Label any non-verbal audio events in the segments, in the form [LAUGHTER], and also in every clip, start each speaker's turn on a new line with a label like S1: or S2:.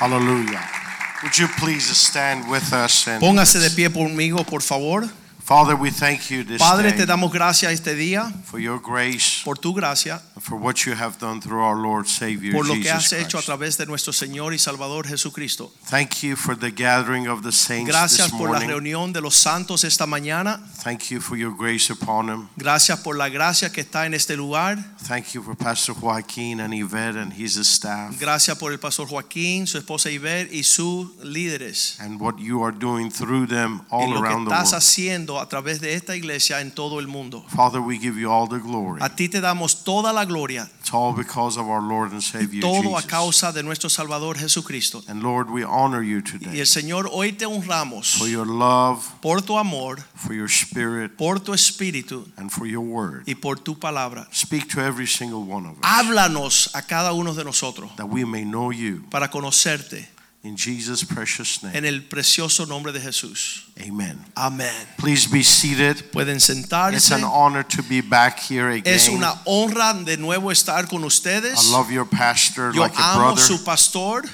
S1: Hallelujah. Would you please stand with us and
S2: Póngase de pie conmigo, por favor.
S1: Father, we thank you this
S2: Padre,
S1: day
S2: te damos gracias este día
S1: for your grace,
S2: por tu gracia,
S1: for what you have done through our Lord Savior
S2: por lo que has
S1: Jesus
S2: hecho a
S1: Christ.
S2: través de nuestro Señor y Salvador Jesucristo.
S1: Thank you for the gathering of the saints
S2: Gracias
S1: this
S2: por la
S1: morning.
S2: reunión de los santos esta mañana.
S1: Thank you for your grace upon him.
S2: Gracias por la gracia que está en este lugar.
S1: Thank you for Pastor Joaquin and Yvette and his staff
S2: Gracias por el pastor Joaquín, su esposa Iber y sus líderes.
S1: and what you are doing through them
S2: Y
S1: all
S2: lo que
S1: around the
S2: estás
S1: world.
S2: haciendo a través de esta iglesia en todo el mundo.
S1: Father, we give you all the glory.
S2: A ti te damos toda la gloria,
S1: It's all because of our Lord and Savior
S2: todo a
S1: Jesus.
S2: causa de nuestro Salvador Jesucristo.
S1: and Lord, we honor you today
S2: Y el Señor, hoy te honramos
S1: for your love,
S2: por tu amor,
S1: for your spirit
S2: por tu espíritu
S1: and for your word.
S2: y por tu palabra.
S1: Speak to every single one of us
S2: Háblanos a cada uno de nosotros
S1: that we may know you
S2: para conocerte
S1: in Jesus' precious name.
S2: en el precioso nombre de Jesús.
S1: Amen.
S2: Amén.
S1: Please be seated.
S2: Pueden
S1: It's
S2: sentarse.
S1: an honor to be back here again.
S2: Es una honra de nuevo estar con ustedes.
S1: I love your pastor
S2: Yo
S1: like a
S2: amo
S1: brother
S2: su pastor,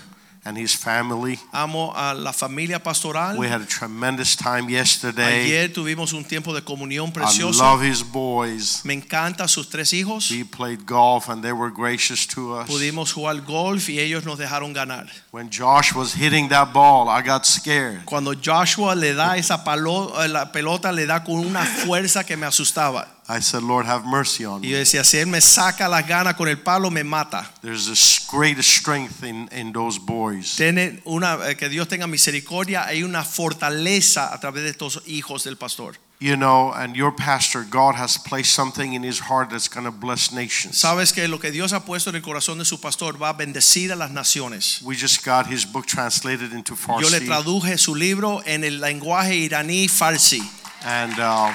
S1: and his family.
S2: amo a la familia pastoral.
S1: We had a tremendous time yesterday.
S2: Ayer tuvimos un tiempo de comunión
S1: I
S2: precioso.
S1: love his boys.
S2: Me encantan sus tres hijos.
S1: We played golf and they were gracious to us.
S2: Pudimos jugar golf y ellos nos dejaron ganar.
S1: When Josh was hitting that ball, I got scared.
S2: Cuando Joshua le da esa palo- eh, la pelota, le da con una fuerza que me asustaba.
S1: I said, Lord, have mercy on
S2: Y
S1: me.
S2: yo decía, si él me saca las ganas con el palo, me mata.
S1: There's this great strength in, in those boys.
S2: Tiene una, eh, que Dios tenga misericordia, hay una fortaleza a través de estos hijos del pastor.
S1: You know, and your pastor, God has placed something in his heart that's going to bless nations.
S2: Sabes que lo que Dios ha puesto en el corazón de su pastor va a bendecir a las naciones.
S1: We just got his book translated into
S2: Yo le
S1: Farsi,
S2: traduje su libro en el lenguaje iraní farsi.
S1: and uh,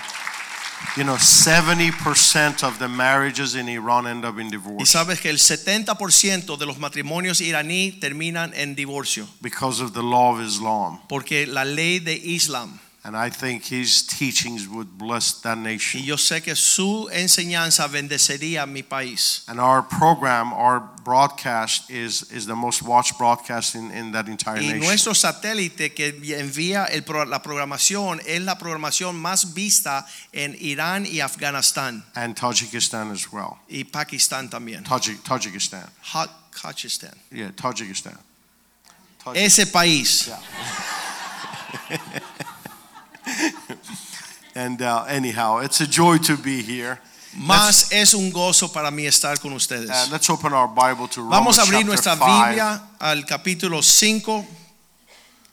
S1: you know, seventy percent of the marriages in Iran end up in
S2: Y
S1: divorce
S2: sabes que el 70% de los matrimonios iraní terminan en divorcio
S1: because of the law of Islam.
S2: porque la ley de Islam
S1: And I think his teachings would bless that
S2: Y
S1: nation.
S2: yo sé que su enseñanza bendecería a mi país.
S1: And our program, our broadcast, is is the most watched broadcast in, in that entire
S2: Y
S1: nation.
S2: nuestro satélite que envía el pro- la programación es la programación más vista en Irán y Afganistán
S1: And Tajikistan as well.
S2: y Pakistán también.
S1: Tajik, Tajikistan.
S2: Ha- Kachistán.
S1: Yeah, Tajikistan. Tajik-
S2: Ese país.
S1: And uh, anyhow, it's a joy to be here. Uh,
S2: Más es un gozo para mí estar con ustedes.
S1: And let's open our Bible to
S2: Vamos
S1: Romans
S2: a abrir
S1: chapter
S2: nuestra
S1: 5.
S2: Biblia al capítulo 5.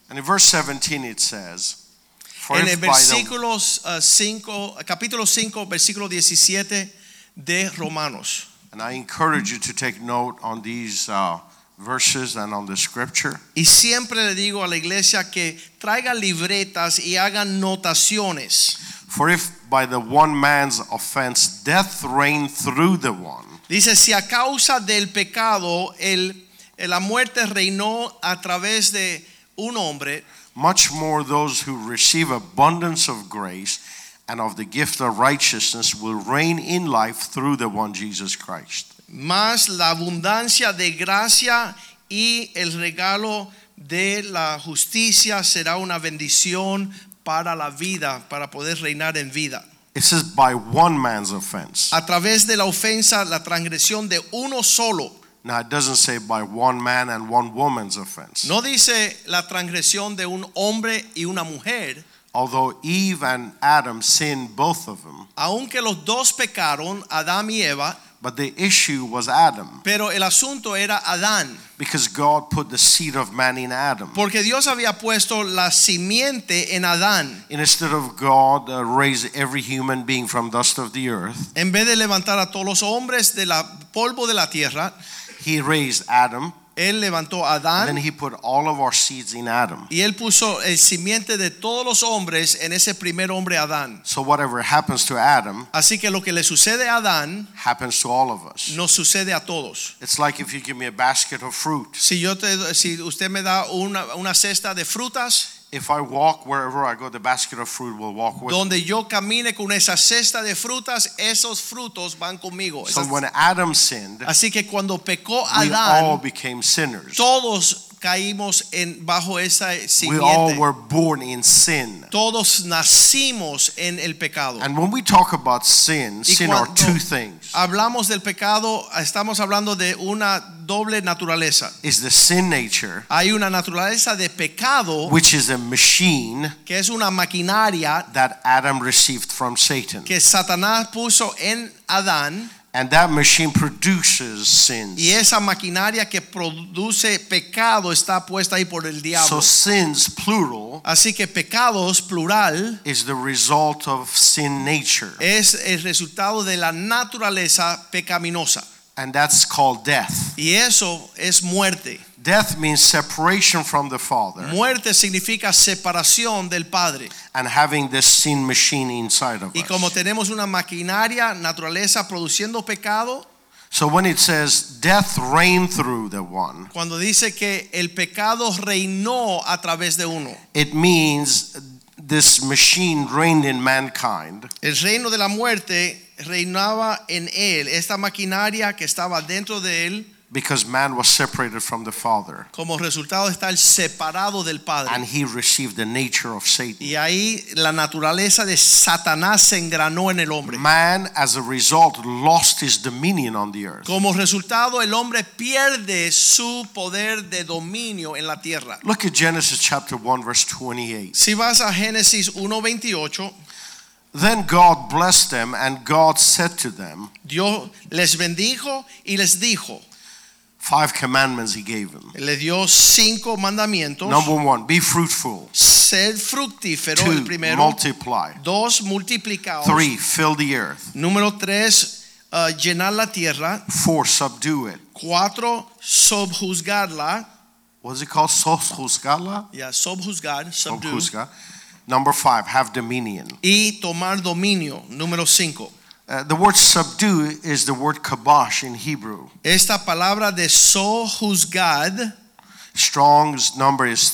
S1: And in verse 17 it says, For
S2: En
S1: if
S2: el
S1: by the,
S2: versículo 5, capítulo 5, versículo 17 de Romanos.
S1: and I encourage you to take note on these uh, verses and on the scripture.
S2: Y siempre le digo a la iglesia que traiga libretas y hagan notaciones.
S1: For if by the one man's offense death reigned through the one,
S2: Dice, si a causa del pecado el, eh, la muerte reinó a través de un hombre,
S1: much more those who receive abundance of grace and of the gift of righteousness will reign in life through the one Jesus Christ.
S2: más la abundancia de gracia y el regalo de la justicia será una bendición para la vida, para poder reinar en vida.
S1: It says by one man's offense.
S2: A través de la ofensa, la transgresión de uno solo.
S1: Now it doesn't say by one man and one woman's offense.
S2: No dice la transgresión de un hombre y una mujer,
S1: Although Eve and Adam sinned both of them,
S2: aunque los dos pecaron, Adán y Eva,
S1: But the issue was Adam,
S3: Pero el asunto era Adán,
S1: because God put the seed of man in Adam.
S3: porque Dios había puesto la simiente en Adán.
S1: And Instead of God uh, raised every human being from dust of the earth,
S3: En vez de levantar a todos los hombres de la polvo de la tierra,
S1: He raised Adam,
S3: él levantó a
S1: and then
S3: Adán
S1: He put all of our seeds in Adam.
S3: y él puso el simiente de todos los hombres en ese primer hombre Adán.
S1: So whatever happens to Adam
S3: Así que lo que le sucede a Adán
S1: happens to all of us.
S3: nos sucede a todos.
S1: It's like if you give me a basket of fruit.
S3: Si yo te, si usted me da una, una cesta de frutas,
S1: If I walk wherever I go, the basket of fruit will walk with me.
S3: donde yo camine con esa cesta de frutas, esos frutos van conmigo.
S1: So
S3: Esas-
S1: when Adam sinned,
S3: Así que cuando pecó
S1: we all
S3: Adán,
S1: became sinners.
S3: todos caímos en bajo esa
S1: We all
S3: simiente.
S1: were born in sin.
S3: Todos nacimos en el pecado.
S1: And when we talk about sin, sin are
S3: cuando-
S1: two things.
S3: Hablamos del pecado, estamos hablando de una doble naturaleza.
S1: Is the sin nature,
S3: Hay una naturaleza de pecado
S1: which is a machine
S3: que es una maquinaria
S1: that Adam received from Satan.
S3: que Satanás puso en Adán
S1: And that machine produces
S3: y
S1: sins.
S3: esa maquinaria que produce pecado está puesta ahí por el
S1: So
S3: diablo.
S1: sins, plural,
S3: Así que pecados, plural,
S1: is the result of sin nature.
S3: es el resultado de la naturaleza pecaminosa.
S1: And that's called death.
S3: Y eso es muerte.
S1: Death means separation from the Father
S3: Muerte significa separación del Padre.
S1: and having this sin machine inside of
S3: Y como
S1: us.
S3: tenemos una maquinaria, naturaleza produciendo pecado,
S1: So when it says death reigned through the one,
S3: cuando dice que el pecado reinó a través de uno,
S1: it means this machine reigned in mankind
S3: el reino de la muerte reinaba en él, esta maquinaria que estaba dentro de él,
S1: because man was separated from the Father
S3: como resultado está el separado del
S1: and
S3: Padre.
S1: he received the nature of Satan.
S3: Y ahí la naturaleza de Satanás se engranó en el hombre.
S1: Man, as a result, lost his dominion on the earth.
S3: Como resultado, el hombre pierde su poder de dominio en la tierra.
S1: Look at Genesis chapter 1, verse 28.
S3: Si vas a Génesis 1:28,
S1: Then God blessed them, and God said to them,
S3: Dios les bendijo y les dijo,
S1: Five commandments he gave them.
S3: les dio cinco mandamientos.
S1: Number one, be fruitful.
S3: Sed fructífero, el
S1: Two,
S3: primero.
S1: multiply.
S3: dos, multiplicaos.
S1: Three, fill the earth.
S3: Número tres, ah, llenar la tierra.
S1: Four, subdue it.
S3: Cuatro, subjuzgarla.
S1: What's it called? Sojuzgala?
S3: Ya, subjuzgar, subdue.
S1: Sojuzga. Number five, have dominion.
S3: Y tomar dominio. Número cinco.
S1: Uh, the word subdue is the word kabosh in Hebrew.
S3: Esta palabra de sojuzgad,
S1: Strong's number is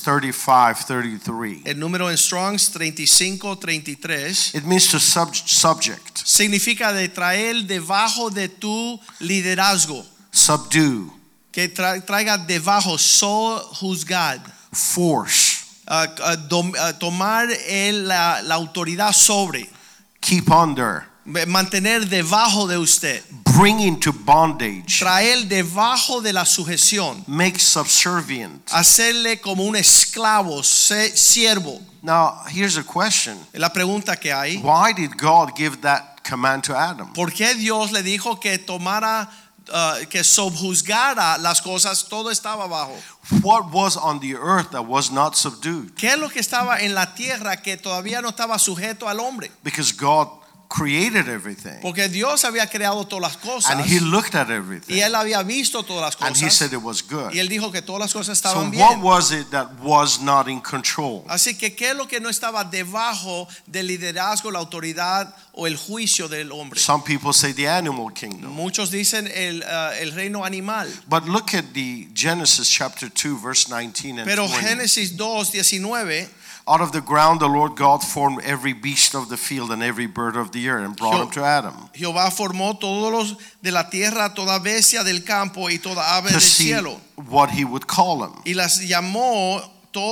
S1: 3533.
S3: el número en Strong's 35, 33.
S1: It means to sub- subject,
S3: significa de traer debajo de tu liderazgo,
S1: subdue,
S3: que tra- traiga debajo sojuzgar,
S1: force,
S3: ah, ah, dom- ah, tomar el- la, la autoridad sobre,
S1: keep under,
S3: me- mantener debajo de usted,
S1: bring into bondage,
S3: traer debajo de la sujeción,
S1: make subservient.
S3: hacerle como un esclavo, se- siervo.
S1: Now, here's a question.
S3: La pregunta que hay,
S1: Why did God give that command to Adam?
S3: ¿por qué Dios le dijo que tomara, ah, que subjuzgara las cosas, todo estaba abajo?
S1: What was on the earth that was not subdued?
S3: ¿Qué es lo que estaba en la tierra que todavía no estaba sujeto al hombre?
S1: Because God created everything
S3: Porque Dios había creado todas las cosas
S1: and He looked at
S3: y
S1: everything
S3: él había visto todas las
S1: and He
S3: cosas
S1: said it was good.
S3: y él dijo que todas las cosas
S1: So,
S3: estaban
S1: what
S3: bien. Ah,
S1: was it that was not in control?
S3: Así que qué es lo que no estaba debajo del liderazgo, la autoridad o el juicio del hombre.
S1: Some people say the animal kingdom.
S3: Muchos dicen el, ah, el reino animal,
S1: But look at the Genesis chapter 2 verse 19 and
S3: pero
S1: 20.
S3: Génesis 2, 19
S1: Out of the ground the Lord God formed every beast of the field and every bird of the air and brought
S3: Sure.
S1: them to Adam
S3: Jehová formó todos los de la tierra, toda bestia del campo y toda ave
S1: to
S3: del
S1: see
S3: cielo.
S1: what he would call them.
S3: y las llamó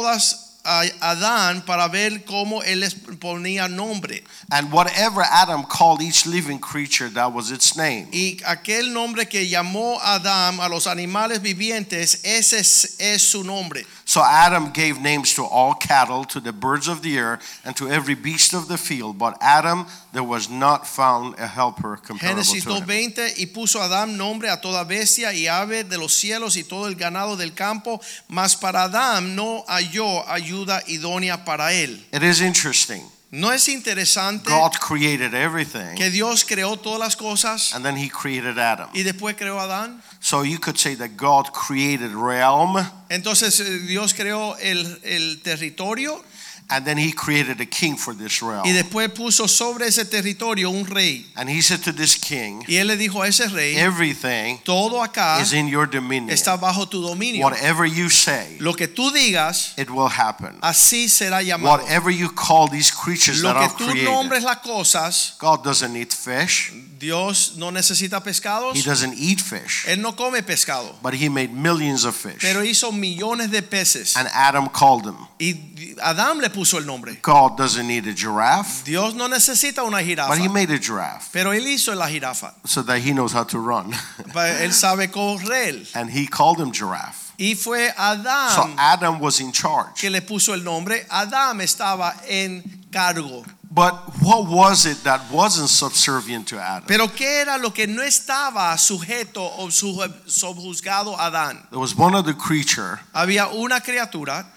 S3: todas a Adán para ver cómo él les ponía nombre.
S1: And whatever Adam called each living creature, that was its name.
S3: Y aquel nombre que llamó Adán a los animales vivientes, ese es, es su nombre.
S1: So Adam gave names to all cattle, to the birds of the air, and to every beast of the field. But Adam, there was not found a helper comparable
S3: Génesis
S1: to him.
S3: 2.20 y puso Adán nombre a toda bestia y ave de los cielos y todo el ganado del campo, mas para Adán no halló ayuda idónea para él.
S1: It is interesting.
S3: ¿No es interesante
S1: God created everything,
S3: que Dios creó todas las cosas
S1: and then He created Adam.
S3: y después creó a Adán?
S1: So you could say that God created realm,
S3: Entonces eh, Dios creó el, el territorio
S1: and then He created a king for this
S3: y
S1: realm.
S3: después puso sobre ese territorio un rey.
S1: And He said to this king,
S3: Y él le dijo a ese rey,
S1: Everything
S3: todo acá
S1: is in your dominion.
S3: Ah, está bajo tu dominio.
S1: Whatever you say,
S3: Lo que tú digas,
S1: it will happen.
S3: así será llamado.
S1: Whatever you call these creatures
S3: Lo
S1: that
S3: que
S1: I've
S3: tú
S1: created,
S3: nombres las cosas,
S1: God doesn't eat fish.
S3: Dios no necesita pescados.
S1: He doesn't eat fish,
S3: Él no come pescado,
S1: but He made millions of fish.
S3: pero hizo millones de peces.
S1: And Adam called them.
S3: Y Adán le puso el nombre.
S1: God doesn't need a giraffe,
S3: Dios no necesita una
S1: but He
S3: jirafa,
S1: made a giraffe
S3: pero él hizo la jirafa.
S1: so that He knows how to run. [LAUGHS]
S3: Pa- Él sabe correr.
S1: and He called him giraffe.
S3: Y fue
S1: So
S3: Adán
S1: Adam was in charge.
S3: que le puso el nombre. Adán estaba en cargo.
S1: But what was it that wasn't subservient to Adam?
S3: Pero ¿qué era lo que no estaba sujeto o suje- subjuzgado a Adán?
S1: There was one other creature
S3: Había una criatura,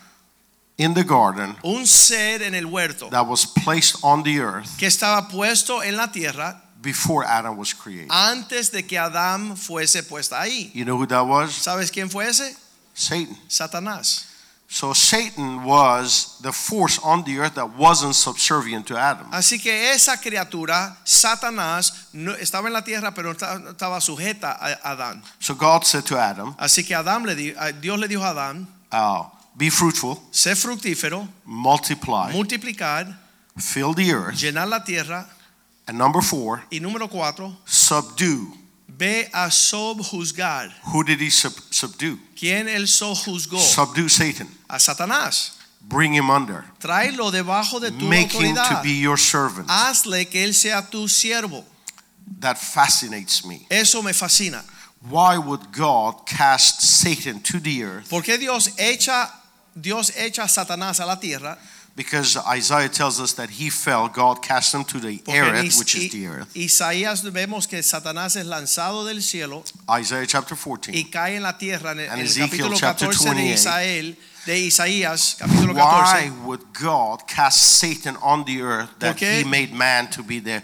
S1: in the garden
S3: un ser en el huerto
S1: that was placed on the earth
S3: que estaba puesto en la tierra
S1: before Adam was created.
S3: antes de que Adán fuese puesta ahí.
S1: You know who that was?
S3: ¿Sabes quién fue ese?
S1: Satan.
S3: Satanás.
S1: So Satan was the force on the earth that wasn't subservient to Adam.
S3: Así que esa criatura, Satanás, no, estaba en la tierra, pero no esta- no estaba sujeta a Adán.
S1: So God said to Adam,
S3: Así que Adán le di- a- Dios le dijo a Adán,
S1: uh, Be fruitful,
S3: sé fructífero,
S1: multiply,
S3: multiplicar,
S1: fill the earth.
S3: llenar la tierra.
S1: And number four,
S3: Y número cuatro,
S1: subdue.
S3: Ve a sobjuzgar.
S1: Who did he sub- subdue?
S3: ¿Quién él sobjuzgó?
S1: Subdue Satan.
S3: a Satanás.
S1: Bring him under.
S3: Tráelo debajo de tu
S1: Make him to
S3: autoridad. Ah.
S1: be your servant.
S3: Hazle que él sea tu siervo.
S1: That fascinates me.
S3: Eso me fascina.
S1: Why would God cast Satan to the earth?
S3: Porque Dios echa Dios echa a Satanás a la tierra?
S1: Because Isaiah tells us that he fell, God cast him to the
S3: Porque en
S1: earth,
S3: Is-
S1: which is the
S3: I-
S1: earth.
S3: Isaías vemos que Satanás es lanzado del cielo
S1: Isaiah chapter
S3: y
S1: 14.
S3: cae en la tierra en el,
S1: And
S3: en el
S1: Ezekiel
S3: capítulo
S1: chapter
S3: 14 de
S1: 28.
S3: Isael, de Isaías, capítulo 14.
S1: Why would God cast Satan on the earth that
S3: Porque
S1: he made man to be the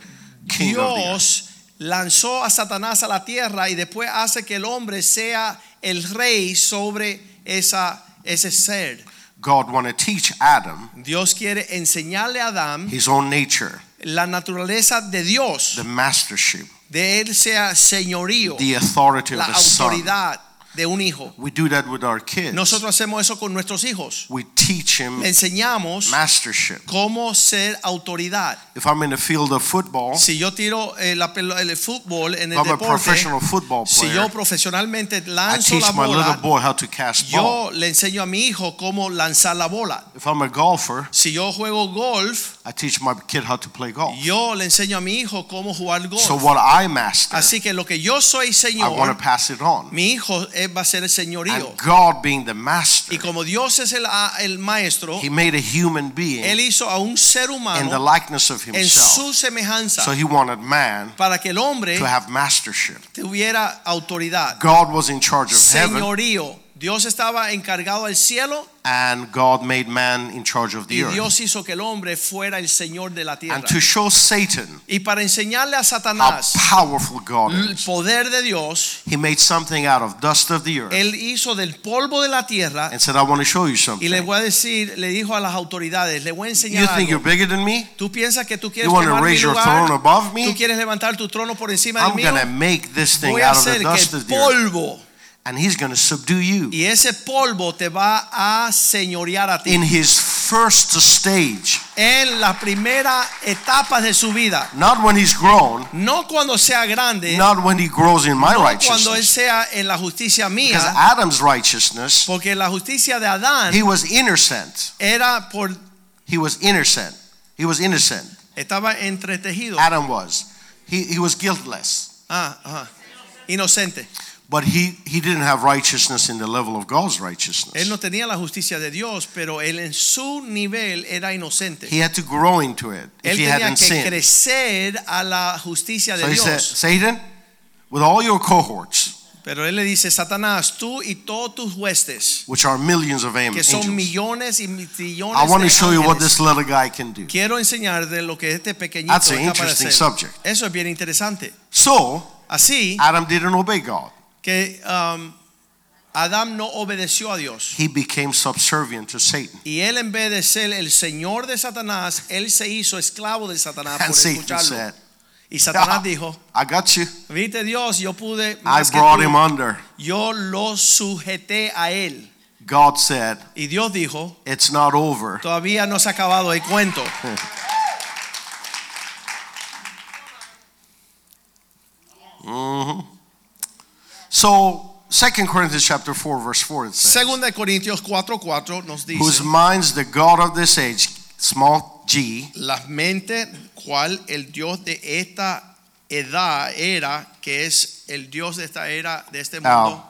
S1: king of the earth?
S3: Dios lanzó a Satanás a la tierra y después hace que el hombre sea el rey sobre esa, ese ser.
S1: God want to teach Adam
S3: Dios quiere enseñarle a Adán
S1: his own nature,
S3: la naturaleza de Dios,
S1: the mastership,
S3: de él sea señorío,
S1: the authority of
S3: la
S1: the son.
S3: autoridad de un hijo.
S1: We do that with our kids.
S3: Nosotros hacemos eso con nuestros hijos.
S1: We teach him
S3: Le enseñamos
S1: mastership.
S3: cómo ser autoridad.
S1: If I'm in the field of football,
S3: Si yo tiro eh, la pelo- el fútbol en el
S1: I'm a
S3: deporte,
S1: professional football
S3: si yo
S1: player.
S3: profesionalmente
S1: I
S3: lanzo
S1: teach
S3: la
S1: my
S3: bola,
S1: little boy how to cast ball.
S3: Yo le enseño a mi hijo cómo lanzar la bola.
S1: If I'm a golfer,
S3: Si yo juego golf,
S1: I teach my kid how to play golf.
S3: yo le enseño a mi hijo cómo jugar golf.
S1: So what I master,
S3: Así que lo que yo soy
S1: I want
S3: señor,
S1: to pass it on.
S3: mi hijo eh, va a ser el señorío.
S1: And God being the master,
S3: Y como Dios es el, ah, el maestro,
S1: He made a human
S3: él
S1: being
S3: hizo a un
S1: in
S3: ser
S1: the
S3: humano
S1: likeness of
S3: en
S1: Himself.
S3: su semejanza
S1: So He wanted man
S3: para que el hombre
S1: to have mastership.
S3: tuviera autoridad,
S1: God was in charge of heaven,
S3: señorío. Dios estaba encargado del cielo
S1: and God made man in charge of
S3: y
S1: the earth.
S3: Dios hizo que el hombre fuera el señor de la tierra.
S1: And to Ah, show Satan
S3: Y para enseñarle a
S1: how
S3: Satanás
S1: powerful God
S3: el
S1: is,
S3: poder de Dios,
S1: He made something out of dust of the earth
S3: él hizo del polvo de la tierra
S1: and said, "I want to show you
S3: y le
S1: something."
S3: voy a decir, le dijo a las autoridades, le voy a
S1: You
S3: enseñar
S1: think you're
S3: algo.
S1: bigger than me?
S3: Tú piensas que tú quieres
S1: You want to
S3: tomar mi
S1: raise your
S3: lugar,
S1: throne above
S3: tú
S1: me?
S3: quieres levantar tu trono por encima de
S1: I'm
S3: mío.
S1: going to make this thing
S3: Voy a
S1: out of the
S3: hacer
S1: dust
S3: que el
S1: of the earth,
S3: polvo
S1: and he's going to subdue you.
S3: y ese polvo te va a señorear a ti.
S1: In his first stage,
S3: En la primera etapa de su vida,
S1: not when he's grown,
S3: no cuando sea grande,
S1: not when he grows in my
S3: Eh, no cuando él
S1: righteousness.
S3: sea en la justicia
S1: Because
S3: mía,
S1: Adam's righteousness,
S3: porque la justicia de Adán
S1: he was innocent.
S3: era por
S1: He was innocent. He was innocent.
S3: estaba entretejido.
S1: Adam was. He, he was guiltless.
S3: Ah, ajá. Inocente.
S1: But he, he didn't have righteousness in the level of God's
S3: Él
S1: righteousness.
S3: no tenía la justicia de Dios, pero él en su nivel era inocente.
S1: He had to grow into it if
S3: él
S1: he
S3: tenía que
S1: hadn't sinned.
S3: crecer a la justicia de
S1: So he said,
S3: Dios.
S1: Satan, with all your cohorts,
S3: Pero él le dice, Satanás, tú y todos tus huestes,
S1: which are millions of am-
S3: que son
S1: angels,
S3: millones y millones
S1: I want
S3: de
S1: to show you what
S3: ángeles,
S1: this little guy can do.
S3: Quiero enseñarte lo que este pequeñito
S1: That's an
S3: es capaz de
S1: interesting
S3: hacer.
S1: subject.
S3: Eso es bien interesante.
S1: So
S3: Así
S1: Adam didn't obey God.
S3: que um, Adán no obedeció a Dios.
S1: He became subservient to Satan.
S3: Y él en vez de ser el señor de Satanás, él se hizo esclavo de Satanás
S1: And
S3: Ah, por
S1: Satan
S3: escucharlo.
S1: said,
S3: y Satanás
S1: "Ah,
S3: dijo,
S1: I got you.
S3: viste Dios, yo pude
S1: I
S3: más que
S1: brought
S3: tú".
S1: him under.
S3: Yo lo sujeté a él.
S1: God said,
S3: Y Dios dijo,
S1: It's not over.
S3: todavía no se ha acabado el cuento.
S1: hmm So, 2 Corinthians chapter 4, verse 4, it says,
S3: Segunda de Corintios 4:4 nos
S1: Whose
S3: dice,
S1: minds the God of this age, small g,
S3: las mentes cual el Dios de esta edad era, que es el Dios de esta era, de este mundo,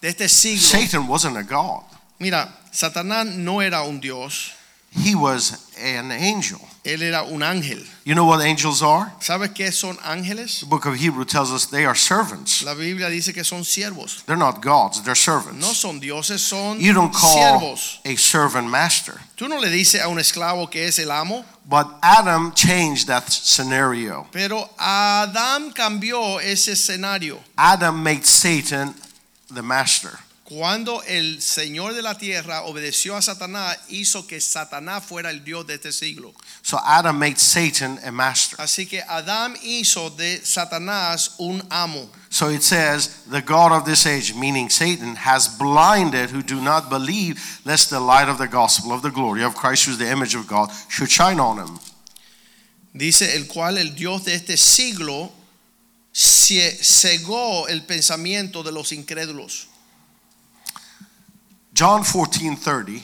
S3: de este siglo.
S1: Satan wasn't a God.
S3: Mira, Satanás no era un Dios,
S1: He was an angel.
S3: él era un ángel.
S1: You know what angels are?
S3: ¿Sabes qué son ángeles?
S1: The book of Hebrew tells us they are servants.
S3: La Biblia dice que son siervos.
S1: They're not gods, they're
S3: No
S1: servants.
S3: son dioses, son
S1: You don't call
S3: siervos.
S1: a servant master.
S3: Tú no le dices a un esclavo que es el amo,
S1: But Adam changed that scenario.
S3: pero Adán cambió ese escenario.
S1: Adam made Satan the master.
S3: Cuando el Señor de la tierra obedeció a Satanás, hizo que Satanás fuera el Dios de este siglo.
S1: So Adam made Satan a master.
S3: Así que Adán hizo de Satanás un amo.
S1: So it says, the God of this age, meaning Satan, has blinded who do not believe, lest the light of the gospel of the glory of Christ, who is the image of God, should shine on him.
S3: Dice el cual el Dios de este siglo se- cegó el pensamiento de los incrédulos.
S1: John 14 30.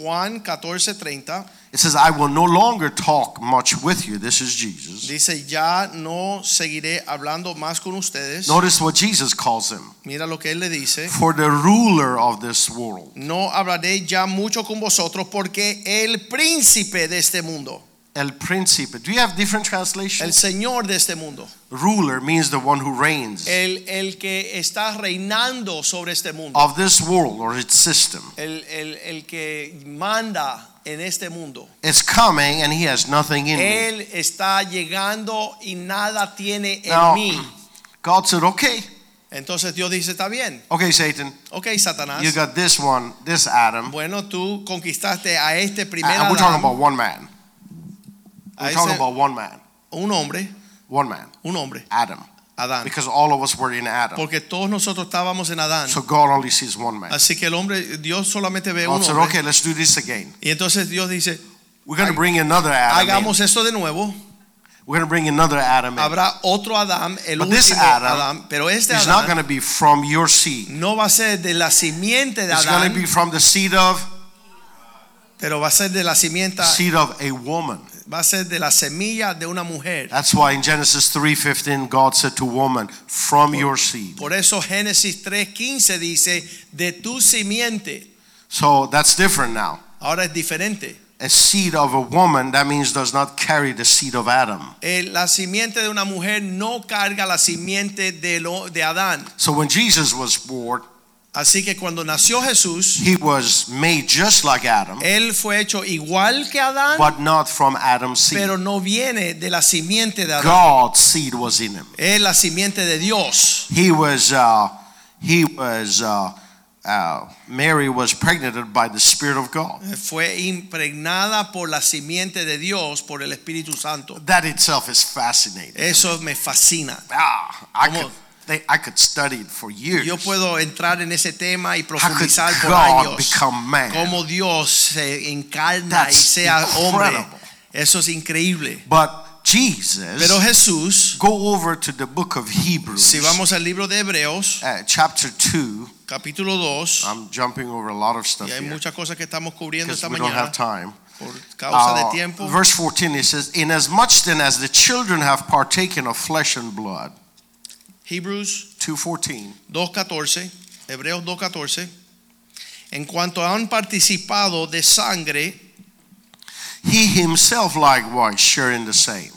S3: Juan 14:30
S1: It says, I will no longer talk much with you. This is Jesus.
S3: dice, ya no seguiré hablando más con ustedes.
S1: Notice what Jesus calls him
S3: Mira lo que él le dice.
S1: for the ruler of this world.
S3: No hablaré ya mucho con vosotros porque el príncipe de este mundo,
S1: El Principe. Do you have different
S3: el
S1: translations?
S3: señor de este mundo,
S1: Ruler means the one who reigns
S3: el, el que está reinando sobre este mundo,
S1: of this world or its system.
S3: el, el- el que manda en este mundo.
S1: It's coming and he has nothing in me.
S3: Él está llegando y nada tiene en
S1: Now,
S3: mí.
S1: God said, okay,
S3: Entonces Dios dice, está bien.
S1: okay, Satan,
S3: Ok, Satanás.
S1: you got this one, this Adam.
S3: Bueno, tú conquistaste a este primer
S1: And Ah, we're
S3: Adán,
S1: talking about one man.
S3: a
S1: We're
S3: ese-
S1: talking about one man.
S3: un hombre,
S1: One man,
S3: un hombre,
S1: Adam.
S3: Adán.
S1: Because all of us were in Adam.
S3: Porque todos nosotros estábamos en Adán.
S1: So God only sees one man.
S3: Así que el hombre, Dios solamente ve
S1: God
S3: un
S1: said,
S3: hombre.
S1: okay, let's do this again.
S3: Y entonces Dios dice,
S1: We're going to bring another Adam. in.
S3: hagamos esto de nuevo.
S1: We're going to bring another Adam. in.
S3: Habrá otro Adán, el
S1: But this
S3: último
S1: Adam
S3: Adán. Pero este
S1: He's not
S3: Adán
S1: going to be from your seed.
S3: no va a ser de la simiente de
S1: It's going to be
S3: Adán,
S1: from the seed of
S3: pero va a ser de la simiente,
S1: seed of a woman.
S3: va a ser de la semilla de una mujer.
S1: That's why in Genesis 3:15 God said to woman, "From your seed."
S3: Por eso Génesis 3:15 dice, de tu simiente.
S1: So that's different now.
S3: Ahora es diferente.
S1: A seed of a woman that means does not carry the seed of Adam.
S3: Eh, la simiente de una mujer no carga la simiente de, lo- de Adán.
S1: So when Jesus was born,
S3: Así que cuando nació Jesús,
S1: he was made just like Adam,
S3: él fue hecho igual que Adán,
S1: but not from Adam's seed.
S3: pero no viene de la simiente de Adán,
S1: God's seed was in him.
S3: es la simiente de Dios.
S1: He was uh, he was uh, uh, Mary was pregnant by the Spirit of God.
S3: Fue impregnada por la simiente de Dios, por el Espíritu Santo.
S1: That itself is fascinating.
S3: Eso me fascina.
S1: Ah, I
S3: Como-
S1: could think, I could study it for years.
S3: Yo puedo entrar en ese tema y
S1: How could
S3: profundizar por
S1: God
S3: años.
S1: become man?
S3: Cómo Dios se encarna y
S1: That's
S3: sea hombre.
S1: incredible.
S3: Eso es increíble.
S1: But Jesus,
S3: Pero Jesús,
S1: go over to the book of Hebrews,
S3: si vamos al libro de Hebreos,
S1: uh, chapter two.
S3: capítulo 2,
S1: I'm jumping over a lot of stuff
S3: y hay
S1: here
S3: muchas cosas que estamos cubriendo
S1: Ah, because
S3: esta
S1: we don't have
S3: mañana
S1: time.
S3: por causa
S1: Uh,
S3: de tiempo.
S1: verse 14 it says, "Inasmuch then as the children have partaken of flesh and blood,
S3: Hebrews
S1: 2:14.
S3: 2.14, Hebreos 2.14, en cuanto han participado de sangre,
S1: He himself likewise sharing the same.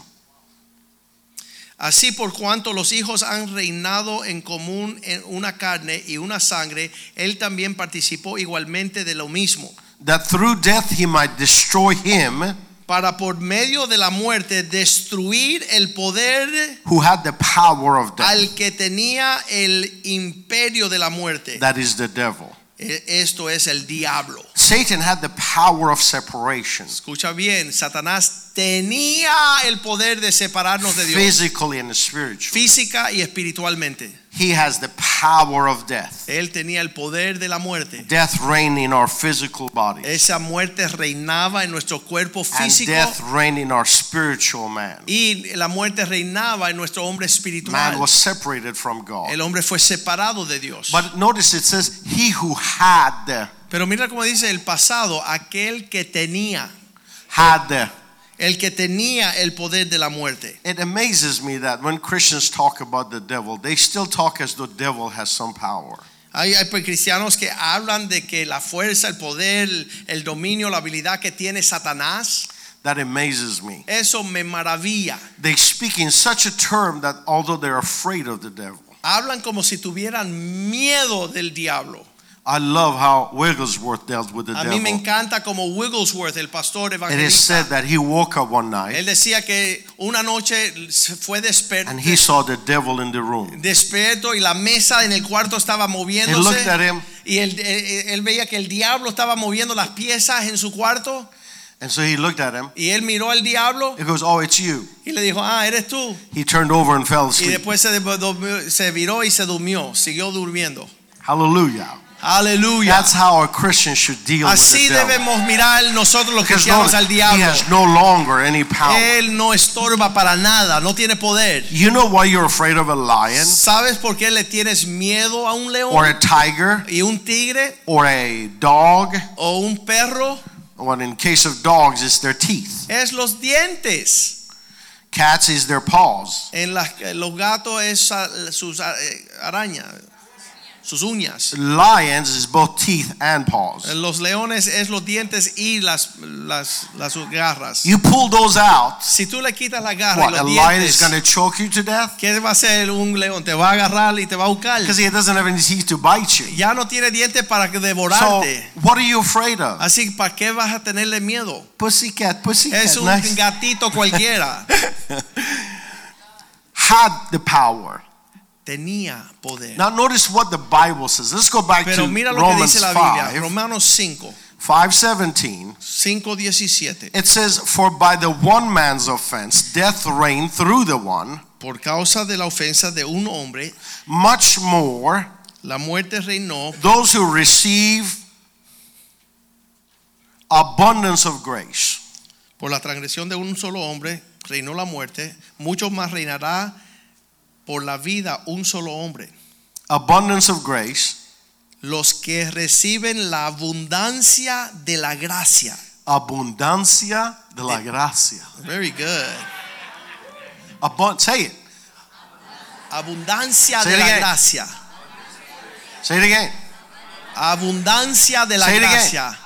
S3: así por cuanto los hijos han reinado en común en una carne y una sangre, él también participó igualmente de lo mismo,
S1: That through death he might destroy him
S3: para por medio de la muerte destruir el poder
S1: who had the power of death.
S3: al que tenía el imperio de la muerte.
S1: That is the devil.
S3: E- Esto es el diablo.
S1: Satan had the power of separation,
S3: Escucha bien, Satanás tenía el poder de separarnos de Dios.
S1: physically and spiritually.
S3: física y espiritualmente.
S1: He has the power of death.
S3: Él tenía el poder de la muerte.
S1: Death reigned in our physical bodies,
S3: Esa muerte reinaba en nuestro cuerpo
S1: and
S3: físico
S1: death reigned in our spiritual man.
S3: y la muerte reinaba en nuestro hombre
S1: Man
S3: espiritual.
S1: was separated from God.
S3: El hombre fue separado de Dios.
S1: But notice it says, He who had the,
S3: Pero mira cómo dice el pasado, aquel que tenía,
S1: had the.
S3: el que tenía el poder de la muerte.
S1: It amazes me that when Christians talk about the devil, they still talk as though devil has some power.
S3: Hay, hay pues, cristianos que hablan de que la fuerza, el poder, el dominio, la habilidad que tiene Satanás,
S1: That amazes me.
S3: eso me maravilla.
S1: They speak in such a term that although they're afraid of the devil.
S3: Hablan como si tuvieran miedo del diablo.
S1: I love how Wigglesworth dealt with the
S3: A mí me
S1: devil.
S3: encanta como Wigglesworth, el pastor
S1: It is
S3: evangelista,
S1: said that he woke up one night
S3: él decía que una noche se fue desper-
S1: and he saw the devil in the room.
S3: despierto y la mesa en el cuarto estaba
S1: He looked
S3: moviéndose
S1: at him
S3: y él, él- él veía que el diablo estaba moviendo las piezas en su cuarto
S1: and so he looked at him.
S3: y él miró al diablo
S1: He goes, Oh, it's you.
S3: y le dijo, ah, eres tú.
S1: He turned over and fell
S3: Y
S1: asleep.
S3: después se, de- durmió- se viró y se durmió, siguió durmiendo.
S1: Hallelujah.
S3: Aleluya.
S1: That's how a Christian should deal with
S3: Así
S1: the devil.
S3: debemos mirar nosotros los
S1: Because
S3: cristianos
S1: notice,
S3: al
S1: he
S3: diablo. Eh.
S1: has no longer any power.
S3: Él no estorba para nada, no tiene poder.
S1: You know why you're afraid of a lion
S3: ¿Sabes por qué le tienes miedo a un
S1: or
S3: león
S1: a tiger
S3: y un tigre
S1: or a dog?
S3: o un perro?
S1: Well, in case of dogs, it's their teeth.
S3: Es los dientes.
S1: Cats is their paws.
S3: En las- en los gatos es ah, sus ah, eh, arañas, sus uñas.
S1: Lions is both teeth and paws.
S3: En los leones es los dientes y las, las, las garras.
S1: You pull those out,
S3: Si tú le quitas la garra
S1: what?
S3: y
S1: A
S3: los
S1: lion is
S3: dientes,
S1: going to choke you to death
S3: ¿qué va a hacer un león? Te va a agarrar y te va a buscar.
S1: because he doesn't have any teeth to bite you.
S3: Ya no tiene dientes para que
S1: So,
S3: devorarte.
S1: what are you afraid of?
S3: Así, ¿para qué vas a tenerle miedo?
S1: Pussycat, pussycat.
S3: Es un
S1: nice.
S3: gatito cualquiera. [LAUGHS]
S1: Had the power.
S3: Tenía poder.
S1: Now, notice what the Bible says. Let's go back to
S3: Pero mira lo que
S1: Romans
S3: dice la Biblia,
S1: 5,
S3: Romanos 5,
S1: 517.
S3: 5, 17.
S1: It says, For by the one man's offense death reigned through the one,
S3: Por causa de la ofensa de un hombre,
S1: much more
S3: la muerte reinó
S1: those who receive abundance of grace.
S3: por la transgresión de un solo hombre, reinó la muerte, mucho más reinará por la vida un solo hombre.
S1: Abundance of grace,
S3: Los que reciben la abundancia de la gracia.
S1: abundancia de la
S3: Eh.
S1: gracia.
S3: Very good.
S1: Abun- say it.
S3: Abundancia
S1: Say
S3: de
S1: it
S3: la
S1: again.
S3: gracia.
S1: Say it again.
S3: Abundancia de la
S1: Say it again.
S3: gracia.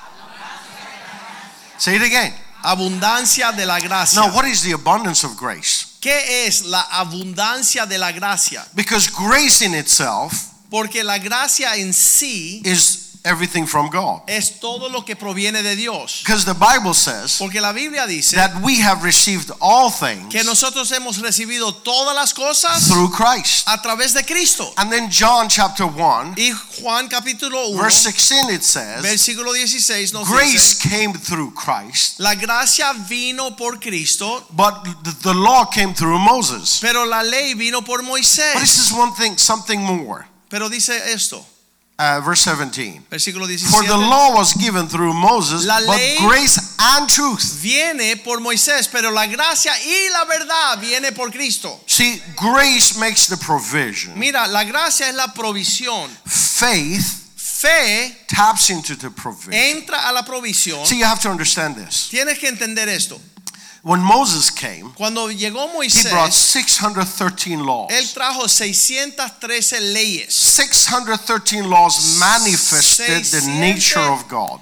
S1: Say it again.
S3: Abundancia de la gracia.
S1: Now, what is the abundance of grace?
S3: ¿Qué es la abundancia de la gracia?
S1: Because grace in itself
S3: Porque la gracia en sí
S1: is everything from God.
S3: es todo lo que proviene de Dios.
S1: Because the Bible says
S3: Porque la Biblia dice
S1: that we have received all things
S3: que nosotros hemos recibido todas las cosas
S1: through Christ.
S3: a través de Cristo.
S1: And then John chapter 1,
S3: Y Juan capítulo 1,
S1: verse 16, it says,
S3: versículo 16 nos dice,
S1: Grace came through Christ,
S3: la gracia vino por Cristo,
S1: but th- the law came through Moses.
S3: pero la ley vino por
S1: But
S3: Moisés.
S1: this is one thing, something more.
S3: Pero dice esto,
S1: Uh, verse 17.
S3: versículo
S1: For the
S3: 17,
S1: law was given through Moses,
S3: La
S1: but
S3: ley-
S1: grace and truth.
S3: viene por Moisés, pero la gracia y la verdad viene por Cristo.
S1: See, grace makes the provision.
S3: Mira, la gracia es la provisión.
S1: Faith
S3: Fe
S1: taps into the provision.
S3: entra a la provisión.
S1: See, you have to understand this.
S3: Tienes que entender esto.
S1: When Moses came,
S3: Cuando llegó
S1: he brought
S3: Moisés,
S1: 613
S3: él
S1: laws.
S3: trajo 613 leyes.
S1: 613 laws manifested the
S3: 600
S1: nature of God.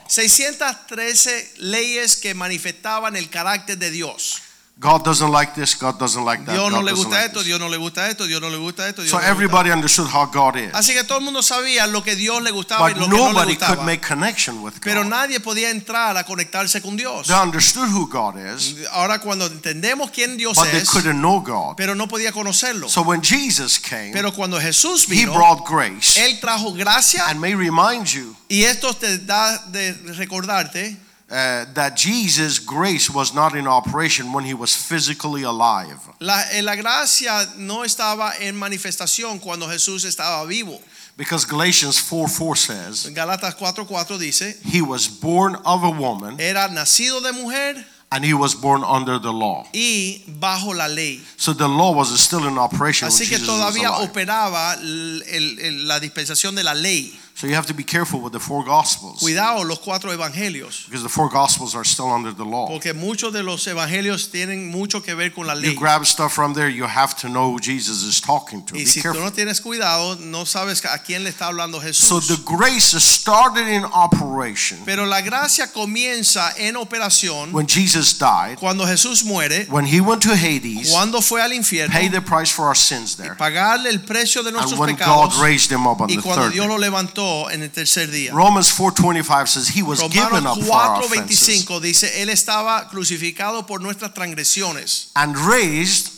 S3: 613 leyes que manifestaban el carácter de Dios.
S1: God doesn't like this, God doesn't like that.
S3: Dios no
S1: God
S3: le
S1: doesn't
S3: gusta
S1: like
S3: esto,
S1: this.
S3: Dios no le gusta esto, Dios no le gusta esto. Dios
S1: So
S3: no le gusta
S1: everybody understood how God
S3: esto.
S1: is.
S3: Así que todo el mundo sabía lo que Dios le gustaba y
S1: But
S3: lo que no le
S1: nobody could
S3: gustaba.
S1: make connection with
S3: Pero
S1: God.
S3: nadie podía entrar a conectarse con Dios.
S1: They understood who God is,
S3: Ahora cuando entendemos quién Dios
S1: but they
S3: es,
S1: couldn't know God.
S3: pero no podía conocerlo.
S1: So when Jesus came,
S3: Pero cuando Jesús
S1: he
S3: vino,
S1: brought grace.
S3: él trajo gracia
S1: And may remind you
S3: y esto te da de recordarte
S1: uh, that Jesus' grace was not in operation when he was physically alive.
S3: la, eh, la gracia no estaba en manifestación cuando Jesús estaba vivo.
S1: Because Galatians 4 4 says,
S3: Galatas 4:4 dice,
S1: He was born of a woman
S3: era nacido de mujer
S1: and he was born under the law.
S3: y bajo la ley.
S1: So the law was still in operation when
S3: Así que
S1: Jesus was
S3: todavía
S1: alive.
S3: operaba el- el- el- la dispensación de la ley.
S1: So you have to be careful with the four gospels.
S3: Cuidado los cuatro evangelios,
S1: Because the four gospels are still under the law.
S3: porque muchos de los evangelios tienen mucho que ver con la
S1: You
S3: ley.
S1: grab stuff from there, you have to know who Jesus is talking to. Be
S3: Y si tú
S1: careful.
S3: no tienes cuidado, no sabes a quién le está hablando
S1: So
S3: Jesús.
S1: the grace started in operation
S3: Pero la gracia comienza en operación
S1: when Jesus died,
S3: cuando Jesús muere,
S1: when he went to Hades,
S3: cuando fue al infierno,
S1: paid the price for our sins there,
S3: pagarle el precio de
S1: and
S3: nuestros
S1: when God
S3: pecados
S1: raised him up on
S3: y
S1: the
S3: cuando
S1: third
S3: Dios
S1: day.
S3: lo levantó en el tercer día.
S1: Romans 4:25 says he was given up
S3: Romanos
S1: for our offenses
S3: 4:25 dice, él estaba crucificado por nuestras transgresiones
S1: and raised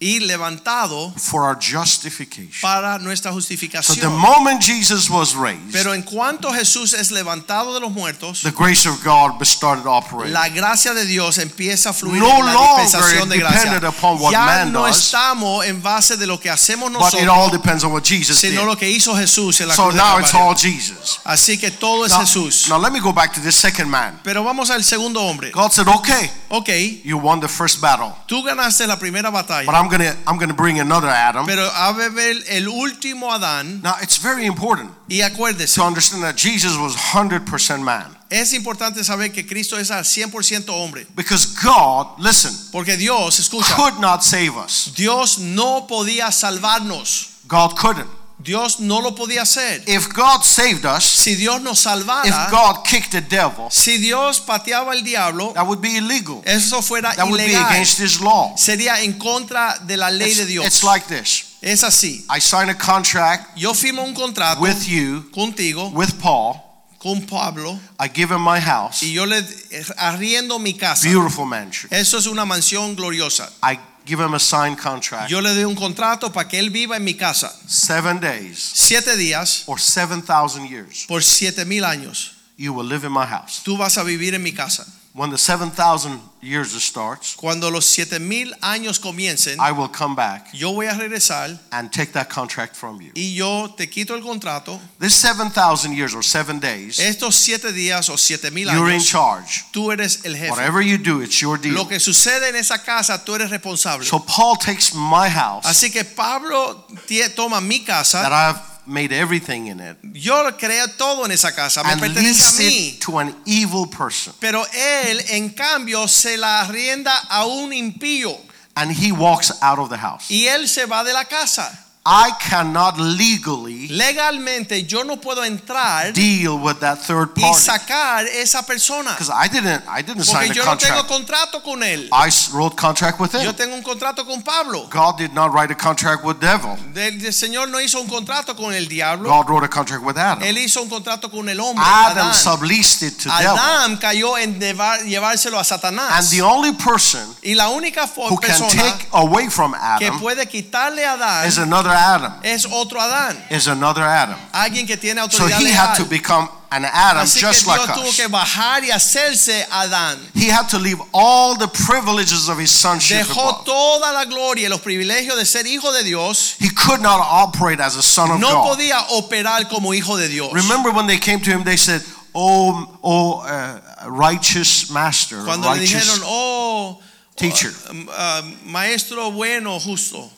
S3: y levantado
S1: for our justification.
S3: para nuestra
S1: So the
S3: justificación.
S1: moment Jesus was raised,
S3: Pero en cuanto Jesús es levantado de los muertos,
S1: the grace of God started operating.
S3: la gracia de Dios empieza a fluir
S1: No
S3: en la
S1: longer
S3: dispensación de gracia.
S1: dependent upon what
S3: Ya
S1: man
S3: no
S1: does,
S3: estamos en base de lo que hacemos
S1: But it
S3: nosotros,
S1: all depends on what Jesus did.
S3: sino lo que hizo Jesús en la
S1: So
S3: cruz de
S1: now it's
S3: Calvario.
S1: all Jesus.
S3: Así que todo es
S1: Now,
S3: Jesús.
S1: now let me go back to this second man.
S3: Pero vamos al segundo hombre.
S1: God said, "Okay,
S3: Ok,
S1: you won the first battle,
S3: tú ganaste la primera
S1: but
S3: batalla,
S1: I'm gonna I'm gonna bring another Adam."
S3: pero a beber el último Adán
S1: Now it's very important
S3: Y acuérdese,
S1: to understand that Jesus was 100% man
S3: es importante saber que Cristo es al 100% hombre,
S1: because God, listen,
S3: porque Dios, escucha,
S1: could not save us.
S3: Dios no podía salvarnos.
S1: God couldn't.
S3: Dios no lo podía hacer.
S1: If God saved us,
S3: Si Dios nos
S1: if
S3: salvara,
S1: God kicked the devil,
S3: si Dios pateaba al diablo,
S1: that would be illegal.
S3: eso fuera
S1: That would be
S3: ilegal.
S1: against His law.
S3: Sería en contra de la ley
S1: It's,
S3: de Dios.
S1: it's like this:
S3: es así.
S1: I sign a contract
S3: Yo firmo un contrato
S1: with you,
S3: contigo,
S1: with Paul.
S3: con Pablo,
S1: I give him my house,
S3: y yo le eh, arriendo mi casa.
S1: beautiful mansion.
S3: Eso es una mansión gloriosa.
S1: I give him a signed contract,
S3: Yo le doy un contrato para que él viva en mi casa.
S1: seven days
S3: siete días
S1: or seven thousand years.
S3: por siete mil años.
S1: You will live in my house.
S3: Tú vas a vivir en mi casa.
S1: When the seven thousand years starts,
S3: Cuando los siete mil años comiencen,
S1: I will come back
S3: yo voy a regresar
S1: and take that contract from you.
S3: y yo te quito el contrato.
S1: This seven thousand years or seven days,
S3: Estos siete días o siete mil
S1: you're in
S3: años,
S1: charge.
S3: tú eres el jefe.
S1: Whatever you do, it's your
S3: Lo
S1: deal.
S3: que sucede en esa casa, tú eres responsable.
S1: So Paul takes my house
S3: Así que Pablo tie- toma mi
S1: that
S3: casa.
S1: I've made everything in it
S3: Yo creo todo en esa casa. Me
S1: and
S3: pertenece a
S1: leases
S3: mí.
S1: it to an evil person,
S3: Pero él, en cambio, se la arrienda a un impío.
S1: and he walks out of the house.
S3: Y él se va de la casa.
S1: I cannot legally
S3: legalmente yo no puedo entrar
S1: deal with that third
S3: y
S1: party
S3: sacar esa persona
S1: because I didn't I didn't sign
S3: porque
S1: a
S3: yo no tengo
S1: contract.
S3: contrato con él
S1: I s- wrote contract with
S3: yo
S1: him.
S3: tengo un contrato con Pablo
S1: God did not write a contract with devil.
S3: el, el Señor no hizo un contrato con el diablo
S1: God wrote a contract with Adam.
S3: él hizo un contrato con el hombre
S1: Adam
S3: Adán.
S1: subleased it to devil.
S3: Adán cayó en llevar- llevárselo a
S1: And
S3: Satanás
S1: the only person
S3: y la única fo-
S1: who can
S3: persona
S1: take away from
S3: que
S1: Adam
S3: puede quitarle a
S1: is
S3: Adán
S1: another Adam.
S3: es otro Adán
S1: Is another Adam.
S3: alguien que tiene
S1: So
S3: autoridad
S1: he had to
S3: legal
S1: become an Adam
S3: así que Dios
S1: just like
S3: tuvo
S1: us.
S3: que bajar y hacerse Adán
S1: He had to leave all the privileges of his sonship
S3: dejó
S1: above.
S3: toda la gloria y los privilegios de ser hijo de Dios,
S1: He could not operate as a son of
S3: no
S1: God.
S3: podía operar como hijo de Dios.
S1: Remember when they came to him, they said, "Oh, oh, uh, righteous master,
S3: Cuando le
S1: righteous
S3: dijeron, oh,
S1: teacher,
S3: um, uh, maestro bueno, justo,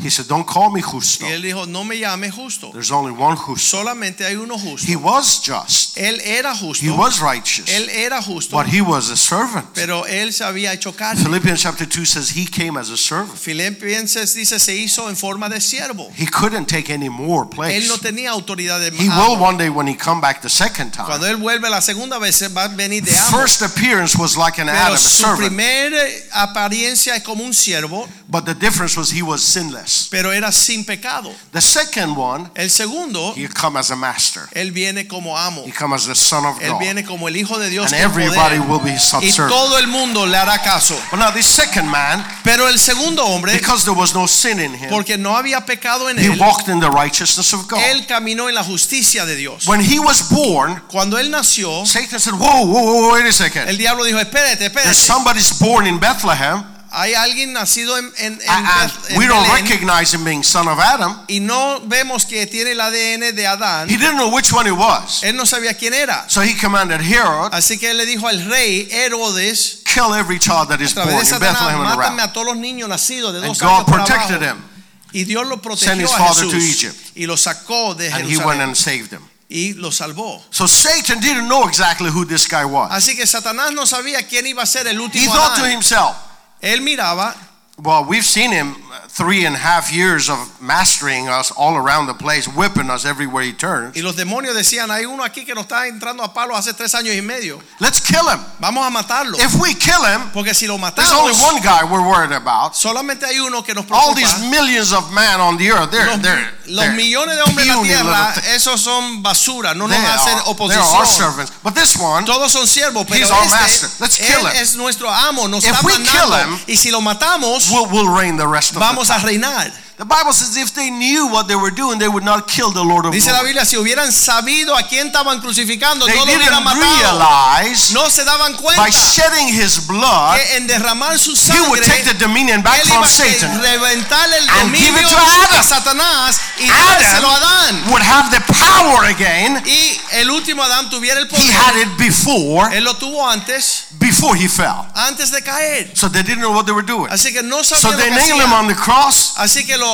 S1: He said, Don't call me justo.
S3: Y él dijo, no me llame justo.
S1: There's only one justo.
S3: Solamente hay uno justo.
S1: He was just.
S3: Él era
S1: He
S3: justo.
S1: was righteous.
S3: Él era justo.
S1: But he was a servant.
S3: Pero él se había hecho carne.
S1: Philippians chapter 2 says he came as a servant.
S3: Filipenses dice, se hizo en forma de siervo.
S1: He couldn't take any more
S3: Él
S1: place.
S3: no tenía autoridad de
S1: He
S3: amo.
S1: will one day when he come back the second time.
S3: Cuando él vuelve la segunda vez, va a venir de amo.
S1: First appearance was like an Adam,
S3: Pero
S1: a
S3: su
S1: servant.
S3: primera apariencia es como un siervo,
S1: But the difference was he was sinless.
S3: pero era sin pecado.
S1: The second one,
S3: El segundo,
S1: he come as a master.
S3: él viene como amo.
S1: He come as the son of
S3: Él
S1: God.
S3: viene como el hijo de Dios.
S1: And
S3: con poder.
S1: everybody will be his
S3: y
S1: subservient.
S3: todo el mundo le hará caso.
S1: But now this second man,
S3: Pero el segundo hombre,
S1: because there was no sin in him,
S3: porque no había pecado en
S1: he
S3: él,
S1: walked in the righteousness of God.
S3: él caminó en la justicia de Dios.
S1: When he was born,
S3: Cuando él nació,
S1: Satan said, whoa, whoa, whoa, wait a
S3: el
S1: second.
S3: diablo dijo, espérate,
S1: There's
S3: espérate.
S1: somebody's born in Bethlehem.
S3: Hay alguien nacido en, en, en
S1: and
S3: Beth-
S1: and
S3: en
S1: Ah, we don't
S3: Belén
S1: recognize him being son of Adam.
S3: y no vemos que tiene el ADN de Adán.
S1: He didn't know which one he was.
S3: Él no sabía quién era.
S1: So he commanded Herod,
S3: Así que él le dijo al rey Herodes,
S1: kill every child that is
S3: a
S1: born
S3: través de
S1: in
S3: Satanás,
S1: Bethlehem and
S3: mátame
S1: around.
S3: a todos los niños nacidos de
S1: And
S3: dos
S1: God
S3: años para
S1: protected
S3: abajo.
S1: him,
S3: Y Dios lo
S1: Send his
S3: protegió a
S1: father to
S3: Jesús
S1: Egypt.
S3: y lo sacó de
S1: and he went
S3: Jerusalén
S1: and saved him.
S3: y lo salvó.
S1: So Satan didn't know exactly who this guy was.
S3: Así que Satanás no sabía quién iba a ser el
S1: He
S3: último
S1: thought to
S3: Adán.
S1: himself,
S3: Él miraba
S1: well, we've seen him uh, three and a half years of mastering us all around the place, whipping us everywhere he turns.
S3: y los demonios decían, hay uno aquí que nos está entrando a palos hace tres años y medio.
S1: Let's kill him.
S3: Vamos a matarlo.
S1: If we kill him,
S3: Porque si lo
S1: there's only
S3: matamos,
S1: one guy we're worried about.
S3: solamente hay uno que nos
S1: All
S3: preocupa.
S1: these millions of men on the earth, they're,
S3: Los,
S1: they're,
S3: los
S1: they're
S3: millones de hombres en la
S1: puny little
S3: tierra,
S1: things.
S3: esos son basura, no
S1: They
S3: nos hacen
S1: are, they are our
S3: oposición.
S1: servants. But this one,
S3: Todos son siervos, pero
S1: He's our
S3: este,
S1: master. Let's kill
S3: él
S1: him.
S3: es nuestro amo, nos
S1: If
S3: está
S1: we kill
S3: mandando.
S1: him,
S3: Y si lo matamos,
S1: will, will reign the rest of the
S3: vamos a
S1: time.
S3: reinar.
S1: The Bible says if they knew what they were doing, they would not kill the Lord of
S3: Dice la
S1: Lords.
S3: Biblia, si hubieran sabido a quién estaban crucificando,
S1: They
S3: no lo hubieran
S1: didn't
S3: matado.
S1: realize
S3: No se daban
S1: by
S3: cuenta
S1: shedding his blood,
S3: que en derramar su
S1: he would
S3: sangre,
S1: take the
S3: él
S1: dominion back
S3: iba
S1: from
S3: a
S1: Satan.
S3: reventar el
S1: and give it
S3: dominio
S1: to Adam.
S3: de Satanás y dárselo a Adán.
S1: Adam would have the power again.
S3: Y el último Adán tuviera el
S1: He had
S3: poder.
S1: it before,
S3: Él lo tuvo antes.
S1: before he fell.
S3: antes de caer.
S1: So they didn't know what they were doing.
S3: Así que no
S1: So
S3: sabían lo
S1: they
S3: que
S1: nailed him
S3: hacían.
S1: on the cross,
S3: Así que lo,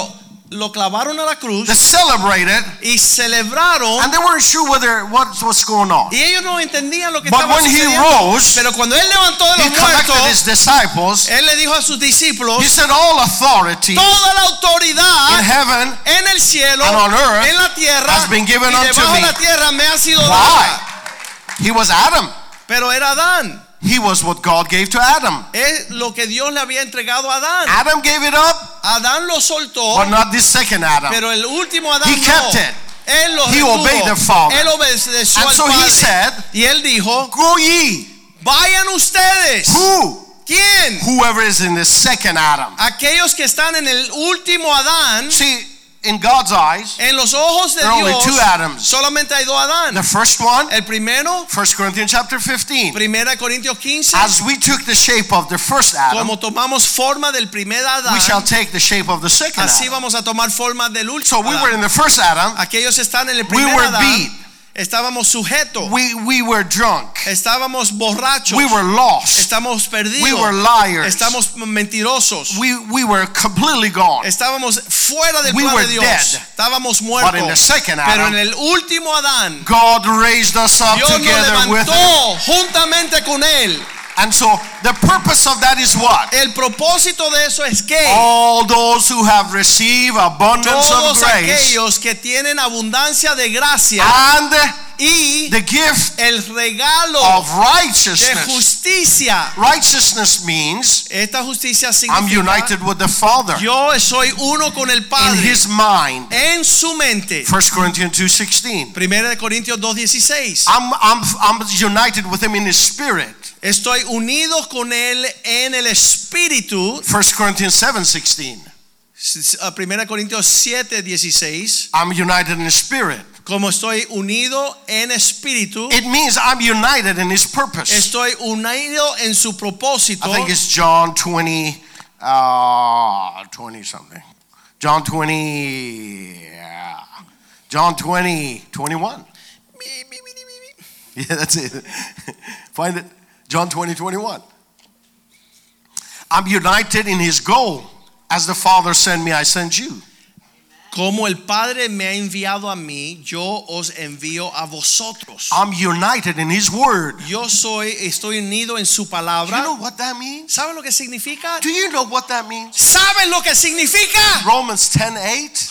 S3: lo clavaron a la cruz
S1: they celebrated,
S3: y celebraron
S1: and they weren't sure whether what was going on.
S3: y ellos no entendían lo que
S1: But
S3: estaba
S1: when he
S3: sucediendo.
S1: rose,
S3: Pero cuando él levantó de
S1: He
S3: los
S1: collected his
S3: muertos,
S1: disciples.
S3: él le dijo a sus discípulos,
S1: He said, All authority in
S3: toda la autoridad
S1: heaven
S3: en el cielo,
S1: and on earth
S3: en la tierra
S1: has been given
S3: y
S1: unto
S3: debajo de
S1: me.
S3: la tierra me ha sido dada.
S1: Why? He was Adam.
S3: Pero era Adán,
S1: He was what God gave to Adam.
S3: es lo que Dios le había entregado a Adán.
S1: Adam gave it up,
S3: Adán lo soltó,
S1: Ah. but not this second Adam.
S3: pero el último Adán
S1: He
S3: no.
S1: kept it.
S3: Él lo
S1: He
S3: retuvo.
S1: obeyed the Father.
S3: Él obedeció
S1: And
S3: al
S1: so he
S3: Padre.
S1: said,
S3: y él dijo,
S1: Go ye.
S3: vayan ustedes.
S1: Who?
S3: ¿Quién?
S1: Whoever is in the second Adam.
S3: Aquellos que están en el último Adán,
S1: See, in God's eyes,
S3: en los ojos de
S1: There are only
S3: Dios,
S1: two Adams.
S3: solamente hay dos Adán.
S1: the first one,
S3: El primero,
S1: 1 Corinthians chapter 15.
S3: Primera de Corintios 15,
S1: As we took the shape of the first Adam,
S3: como tomamos forma del primer
S1: we shall
S3: Adán,
S1: take the shape of the second
S3: así
S1: Adam.
S3: vamos a tomar forma del
S1: So
S3: último
S1: we were
S3: Adán.
S1: in the first Adam,
S3: Aquellos están en el
S1: we
S3: primer
S1: were beat,
S3: Adán, estábamos sujetos,
S1: we, we were drunk,
S3: estábamos borrachos,
S1: we were lost,
S3: estamos perdidos,
S1: we were liars,
S3: estamos mentirosos.
S1: we, we were completely gone.
S3: Estábamos fuera del
S1: We
S3: plan
S1: were
S3: de Dios.
S1: dead.
S3: Estábamos
S1: But in the
S3: muertos.
S1: second
S3: Pero
S1: Adam,
S3: en el último Adán,
S1: God raised us up
S3: Dios nos
S1: together with him.
S3: levantó juntamente con él.
S1: And so the purpose of that is what?
S3: El propósito de eso es que
S1: All those who have received abundance of
S3: todos
S1: grace
S3: aquellos que tienen abundancia de gracia
S1: and
S3: y
S1: the gift
S3: el regalo
S1: of
S3: de
S1: righteousness.
S3: justicia.
S1: Righteousness means
S3: Esta justicia
S1: I'm
S3: significa
S1: united with the Father
S3: yo soy uno con el
S1: in
S3: Padre
S1: his mind.
S3: en su mente.
S1: 1 Corinthians 2:16.
S3: Primera de Corintios 2:16.
S1: I'm I'm I'm united with him in his spirit.
S3: Estoy unido con él en el espíritu.
S1: 1 Corinthians 7:16.
S3: S- a 1 Corintios 7, 16.
S1: I'm united in his spirit.
S3: Como estoy unido en espíritu,
S1: It means I'm united in his purpose.
S3: estoy unido en su propósito.
S1: I think it's John 20, uh, 20 something. John 20, yeah. John 20, 21.
S3: Mi, mi, mi, mi, mi,
S1: [LAUGHS]
S3: mi.
S1: Yeah, that's it. [LAUGHS] Find it. John 20, 21. I'm united in his goal. As the Father sent me, I send you.
S3: Como el Padre me ha enviado a mí, yo os envío a vosotros.
S1: I'm united in His Word.
S3: Yo soy, estoy unido en su
S1: Do you
S3: palabra.
S1: know what that means?
S3: ¿Sabe lo que significa?
S1: Do you know what that means?
S3: ¿Sabe lo que significa?
S1: Romans 10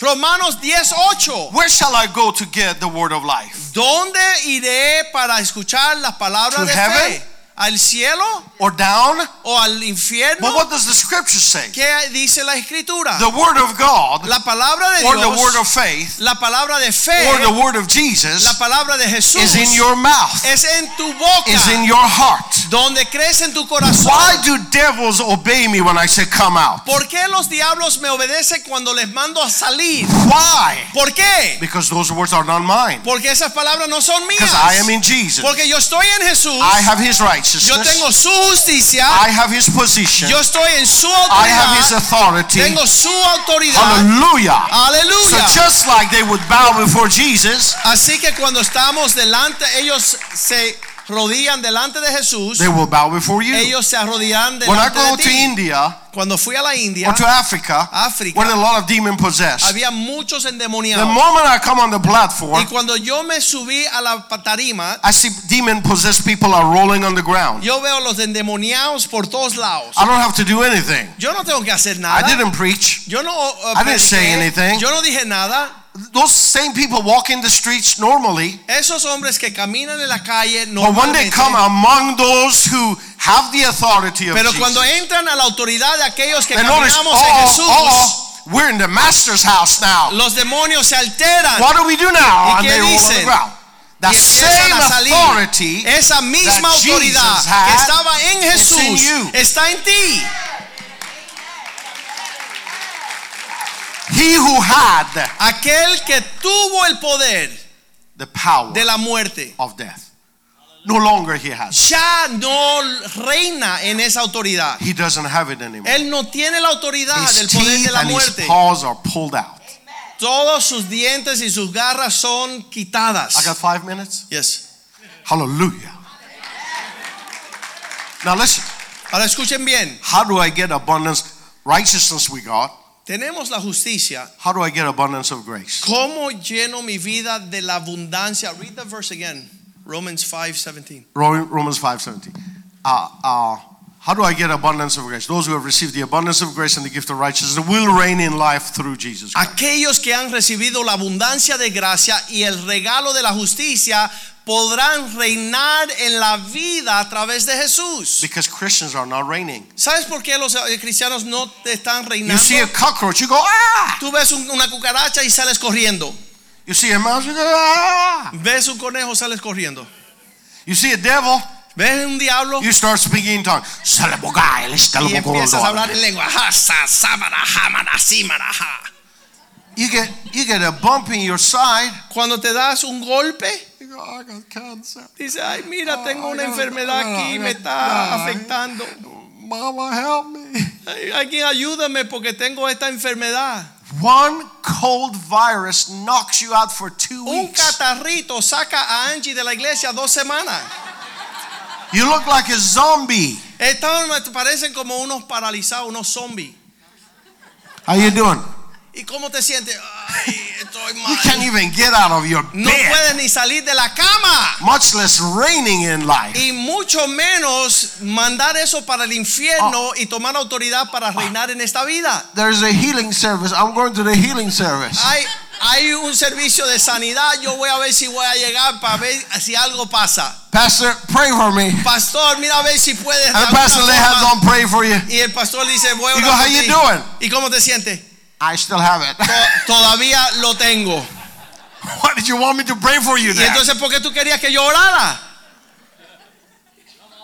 S1: 8.
S3: Romanos 10:8.
S1: Where shall I go to get the Word of life?
S3: ¿Dónde iré para escuchar las
S1: To
S3: palabras de
S1: heaven?
S3: fe? ¿Al cielo
S1: Or down?
S3: o al
S1: But
S3: infierno?
S1: what does the Scripture say?
S3: ¿Qué dice la escritura?
S1: The Word of God,
S3: La palabra de
S1: or the Word
S3: Dios,
S1: of faith,
S3: la palabra de fe,
S1: or the Word of
S3: la
S1: Jesus
S3: palabra de Jesús
S1: is in your mouth,
S3: es en tu boca,
S1: is in your heart.
S3: donde crece en tu corazón.
S1: Why do devils obey me when I say come out?
S3: ¿Por qué los diablos me obedecen cuando les mando a salir?
S1: Why?
S3: ¿Por qué?
S1: Because those words are not mine.
S3: Porque esas palabras no son mías.
S1: Because I am in Jesus.
S3: Porque yo estoy en Jesús.
S1: I have his
S3: Yo
S1: righteousness.
S3: tengo su justicia.
S1: I have his position.
S3: Yo estoy en su
S1: I have his
S3: autoridad.
S1: authority.
S3: Tengo su autoridad.
S1: Hallelujah. So
S3: Aleluya.
S1: just like they would bow before Jesus,
S3: Así que cuando estamos delante, ellos se rodillan delante de Jesús.
S1: they will bow before you.
S3: Ellos se arrodillan
S1: When I
S3: delante
S1: go
S3: de
S1: to
S3: ti.
S1: India
S3: Cuando fui a la India,
S1: or to Africa,
S3: África.
S1: where there are a lot of demon possessed,
S3: había muchos
S1: the
S3: endemoniados.
S1: moment I come on the
S3: Y
S1: platform,
S3: cuando yo me subí a la tarima,
S1: I see demon possessed people are rolling on the ground.
S3: Yo veo los endemoniados por todos lados.
S1: I don't have to do anything.
S3: Yo no tengo que hacer
S1: Ah. I
S3: nada.
S1: didn't preach.
S3: Yo no uh,
S1: I didn't
S3: prediqué.
S1: say anything.
S3: Yo no dije nada.
S1: Those same people walk in the streets normally.
S3: Esos hombres que caminan en la calle no ¿eh?
S1: But when they come among those who have the authority of
S3: Pero
S1: Jesus,
S3: cuando entran a la autoridad de aquellos que
S1: they notice,
S3: caminamos en
S1: oh,
S3: Jesús,
S1: oh, we're in the master's house now.
S3: los demonios se alteran
S1: What do we do now?
S3: ¿Y
S1: And
S3: qué
S1: they roll on the
S3: dicen?
S1: ground. The
S3: y
S1: same
S3: empiezan a
S1: authority
S3: salir. Esa misma
S1: that Jesus
S3: autoridad
S1: had
S3: que estaba en
S1: is in
S3: Jesús
S1: you.
S3: está en ti.
S1: he who had
S3: Aquel que tuvo el poder
S1: the power
S3: de la muerte
S1: of death. No longer he has.
S3: ya no reina en esa autoridad.
S1: He doesn't have it anymore.
S3: Él no tiene la autoridad del
S1: His
S3: poder de
S1: teeth
S3: la
S1: and his
S3: muerte.
S1: paws are pulled out.
S3: Todos sus dientes y sus garras son quitadas.
S1: I got five minutes.
S3: Yes.
S1: Hallelujah. Now listen.
S3: Ahora escuchen bien.
S1: How do I get abundance, righteousness with God?
S3: Tenemos la justicia.
S1: How do I get abundance of grace?
S3: ¿Cómo lleno mi vida de la abundancia? Read the verse again. Romans 5:17.
S1: Ro- Romans 5:17. Uh, uh, how do I get abundance of grace? Those who have received the abundance of grace and the gift of righteousness will reign in life through Jesus. Christ.
S3: Aquellos que han recibido la abundancia de gracia y el regalo de la justicia podrán reinar en la vida a través de Jesús.
S1: Because Christians are not reigning.
S3: ¿Sabes por qué los eh, cristianos no te están
S1: You see a
S3: reinando?
S1: cockroach, you go ah.
S3: Tú ves un- una cucaracha y sales corriendo.
S1: You see a mouse, you go ah.
S3: Ves un conejo, sales corriendo.
S1: You see a devil,
S3: Ves un diablo
S1: you start speaking in tongues. Salabogai,
S3: y empiezas a hablar
S1: listalabogoldon.
S3: en lengua. Ja, sa, sábara, ja, mara, sí, mara, ja.
S1: You get you get a bump in your side.
S3: Cuando te das un golpe,
S1: You go, I got cancer.
S3: dices, ay, mira, tengo
S1: Ah,
S3: una
S1: ya,
S3: enfermedad
S1: ah,
S3: aquí,
S1: ya,
S3: me está
S1: ah,
S3: afectando.
S1: Mama, help me.
S3: Ay, Alguien ayúdame porque tengo esta enfermedad.
S1: One cold virus knocks you out for two
S3: Un
S1: weeks.
S3: catarrito saca a Angie de la iglesia dos semanas.
S1: You look like a zombie.
S3: Están, parecen como unos paralizados, unos zombies.
S1: How you doing?
S3: ¿Y cómo te sientes? Ay, estoy
S1: You can't
S3: mal.
S1: even get out of your
S3: No
S1: bed,
S3: puedes ni salir de la cama.
S1: much less reigning in life.
S3: Y mucho menos mandar eso para el infierno
S1: Oh.
S3: y tomar autoridad para reinar en esta vida.
S1: There's a healing service. I'm going to the healing service.
S3: Hay, hay un servicio de sanidad. Yo voy a ver si voy a llegar para ver si algo pasa.
S1: Pastor, pray for me.
S3: Pastor, mira a ver si puedes. de
S1: And the
S3: alguna
S1: Ah, pastor lay hands
S3: forma.
S1: on, pray for you.
S3: Y el pastor dice, voy a
S1: You
S3: orar
S1: go,
S3: por
S1: "How you
S3: ti".
S1: doing?
S3: ¿Y cómo te sientes?
S1: I still have it.
S3: "To-
S1: [LAUGHS]
S3: Todavía lo tengo.
S1: What did you want me to pray for you
S3: Y
S1: then?
S3: entonces, ¿por qué tú querías que yo orara?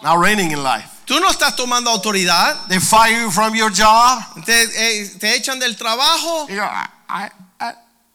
S1: Now reigning in life.
S3: Tú no estás tomando autoridad.
S1: They fire you from your job.
S3: Te, eh, te echan del trabajo
S1: You go, I, I, I,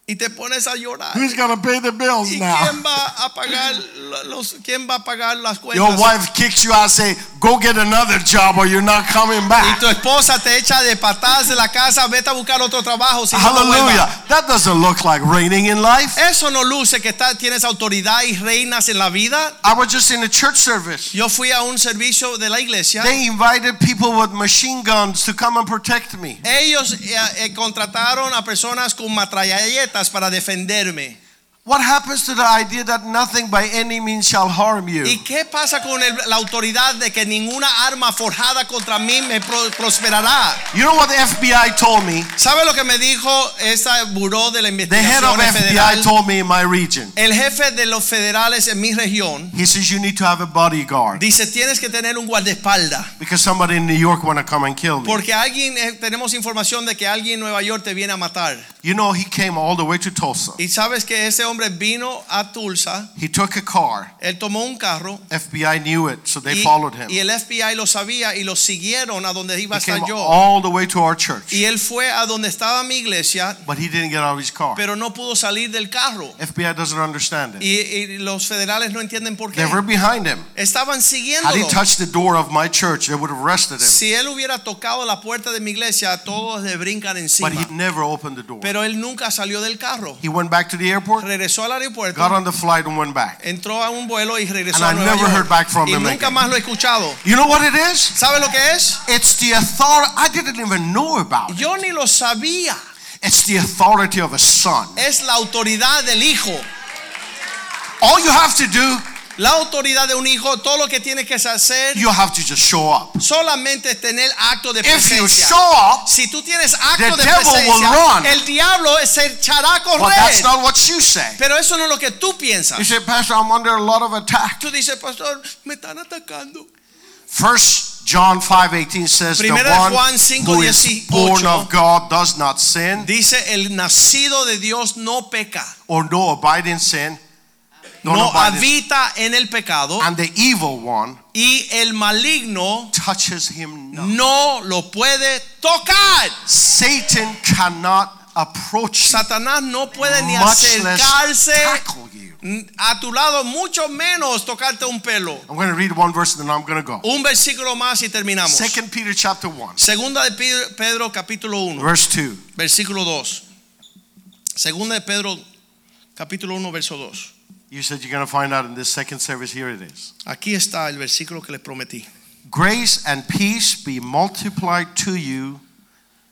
S3: y te pones a llorar.
S1: who's gonna pay the bills
S3: ¿Y
S1: now?
S3: quién va a pagar lo- los quién va a pagar las cuentas?
S1: Your wife kicks you out, say, Go get another job or you're not coming back.
S3: Y tu esposa te echa de patadas de la casa, vete a buscar otro trabajo. Si no, no
S1: Hallelujah.
S3: vuelvas.
S1: That doesn't look like reigning in life.
S3: Eso no luce que está- tienes autoridad y reinas en la vida.
S1: I was just in a church service.
S3: Yo fui a un servicio de la iglesia.
S1: They invited people with machine guns to come and protect me.
S3: Ellos eh, eh, contrataron a personas con matralletas para defenderme.
S1: What happens to the idea that nothing by any means shall harm you?
S3: ¿Y qué pasa con el- la autoridad de que ninguna arma forjada contra mí me pro- prosperará?
S1: You know what the FBI told me?
S3: ¿Sabe lo que me dijo esta buró de la
S1: The head
S3: investigación
S1: of FBI
S3: federal?
S1: told me in my region.
S3: El jefe de los federales en mi región
S1: He says you need to have a bodyguard
S3: dice tienes que tener un guardaespaldas
S1: because somebody in New York want to come and kill me.
S3: porque alguien eh, tenemos información de que alguien en Nueva York te viene a matar.
S1: You know he came all the way to Tulsa.
S3: Y sabes que ese hombre vino a Tulsa,
S1: He took a car.
S3: él tomó un carro
S1: FBI knew it, so they
S3: y,
S1: followed him.
S3: y el FBI lo sabía y lo siguieron a donde iba
S1: He
S3: a estar
S1: came
S3: yo.
S1: all the way to our church,
S3: Y él fue a donde estaba mi iglesia,
S1: but he didn't get out of his car.
S3: pero no pudo salir del carro.
S1: FBI doesn't understand it.
S3: Y, y los federales no entienden por
S1: They
S3: qué.
S1: were behind him. Had
S3: Estaban
S1: he
S3: siguiéndolo.
S1: touched the door of my church, they would have arrested him.
S3: Si él hubiera tocado la puerta de mi iglesia, todos le brincan
S1: But he
S3: encima.
S1: never opened the door.
S3: Pero él nunca salió del carro.
S1: He went back to the airport,
S3: Regresó al
S1: got
S3: aeropuerto,
S1: on the flight, and went back.
S3: entró a un vuelo y regresó
S1: And
S3: a
S1: I
S3: Nueva
S1: never
S3: York.
S1: heard back from
S3: y
S1: him
S3: nunca
S1: again.
S3: más lo he escuchado.
S1: You know what it is?
S3: ¿Sabe lo que es?
S1: It's the authority. I didn't even know about it.
S3: Yo ni lo sabía.
S1: It's the authority of a son.
S3: Es la autoridad del hijo.
S1: All you have to do,
S3: La autoridad de un hijo, todo lo que tienes que hacer,
S1: you have to just show up.
S3: solamente es tener acto de
S1: If you
S3: presencia.
S1: show up,
S3: Si tú tienes
S1: The
S3: acto de
S1: devil will
S3: presencia,
S1: run.
S3: el diablo se echará a
S1: well,
S3: correr.
S1: that's not what you say.
S3: Pero eso no es lo que tú piensas.
S1: You say, Pastor, I'm under a lot of attack.
S3: Tú dices, pastor, me están atacando.
S1: First John 5:18 says the
S3: Primera de
S1: one
S3: Juan 5,
S1: who is
S3: 18.
S1: born of God does not sin
S3: Dice, el nacido de Dios no peca,
S1: or no abide in sin. Don't
S3: no
S1: abide in-
S3: habita en el pecado
S1: and the evil one
S3: y el maligno
S1: touches him not.
S3: no lo puede tocar.
S1: Satan cannot approach you,
S3: Satanás no puede ni
S1: much less
S3: acercarse
S1: tackle you.
S3: a tu lado, mucho menos tocarte un pelo.
S1: I'm going to read one verse and then I'm going to go.
S3: Un versículo más y terminamos.
S1: Second Peter chapter 1,
S3: Segunda de Pedro, Pedro, capítulo 1,
S1: verse 2.
S3: versículo 2. Segunda de Pedro capítulo 1, verso 2.
S1: You said you're going to find out in this second service. Here it is.
S3: Aquí está el versículo que les prometí.
S1: Grace and peace be multiplied to you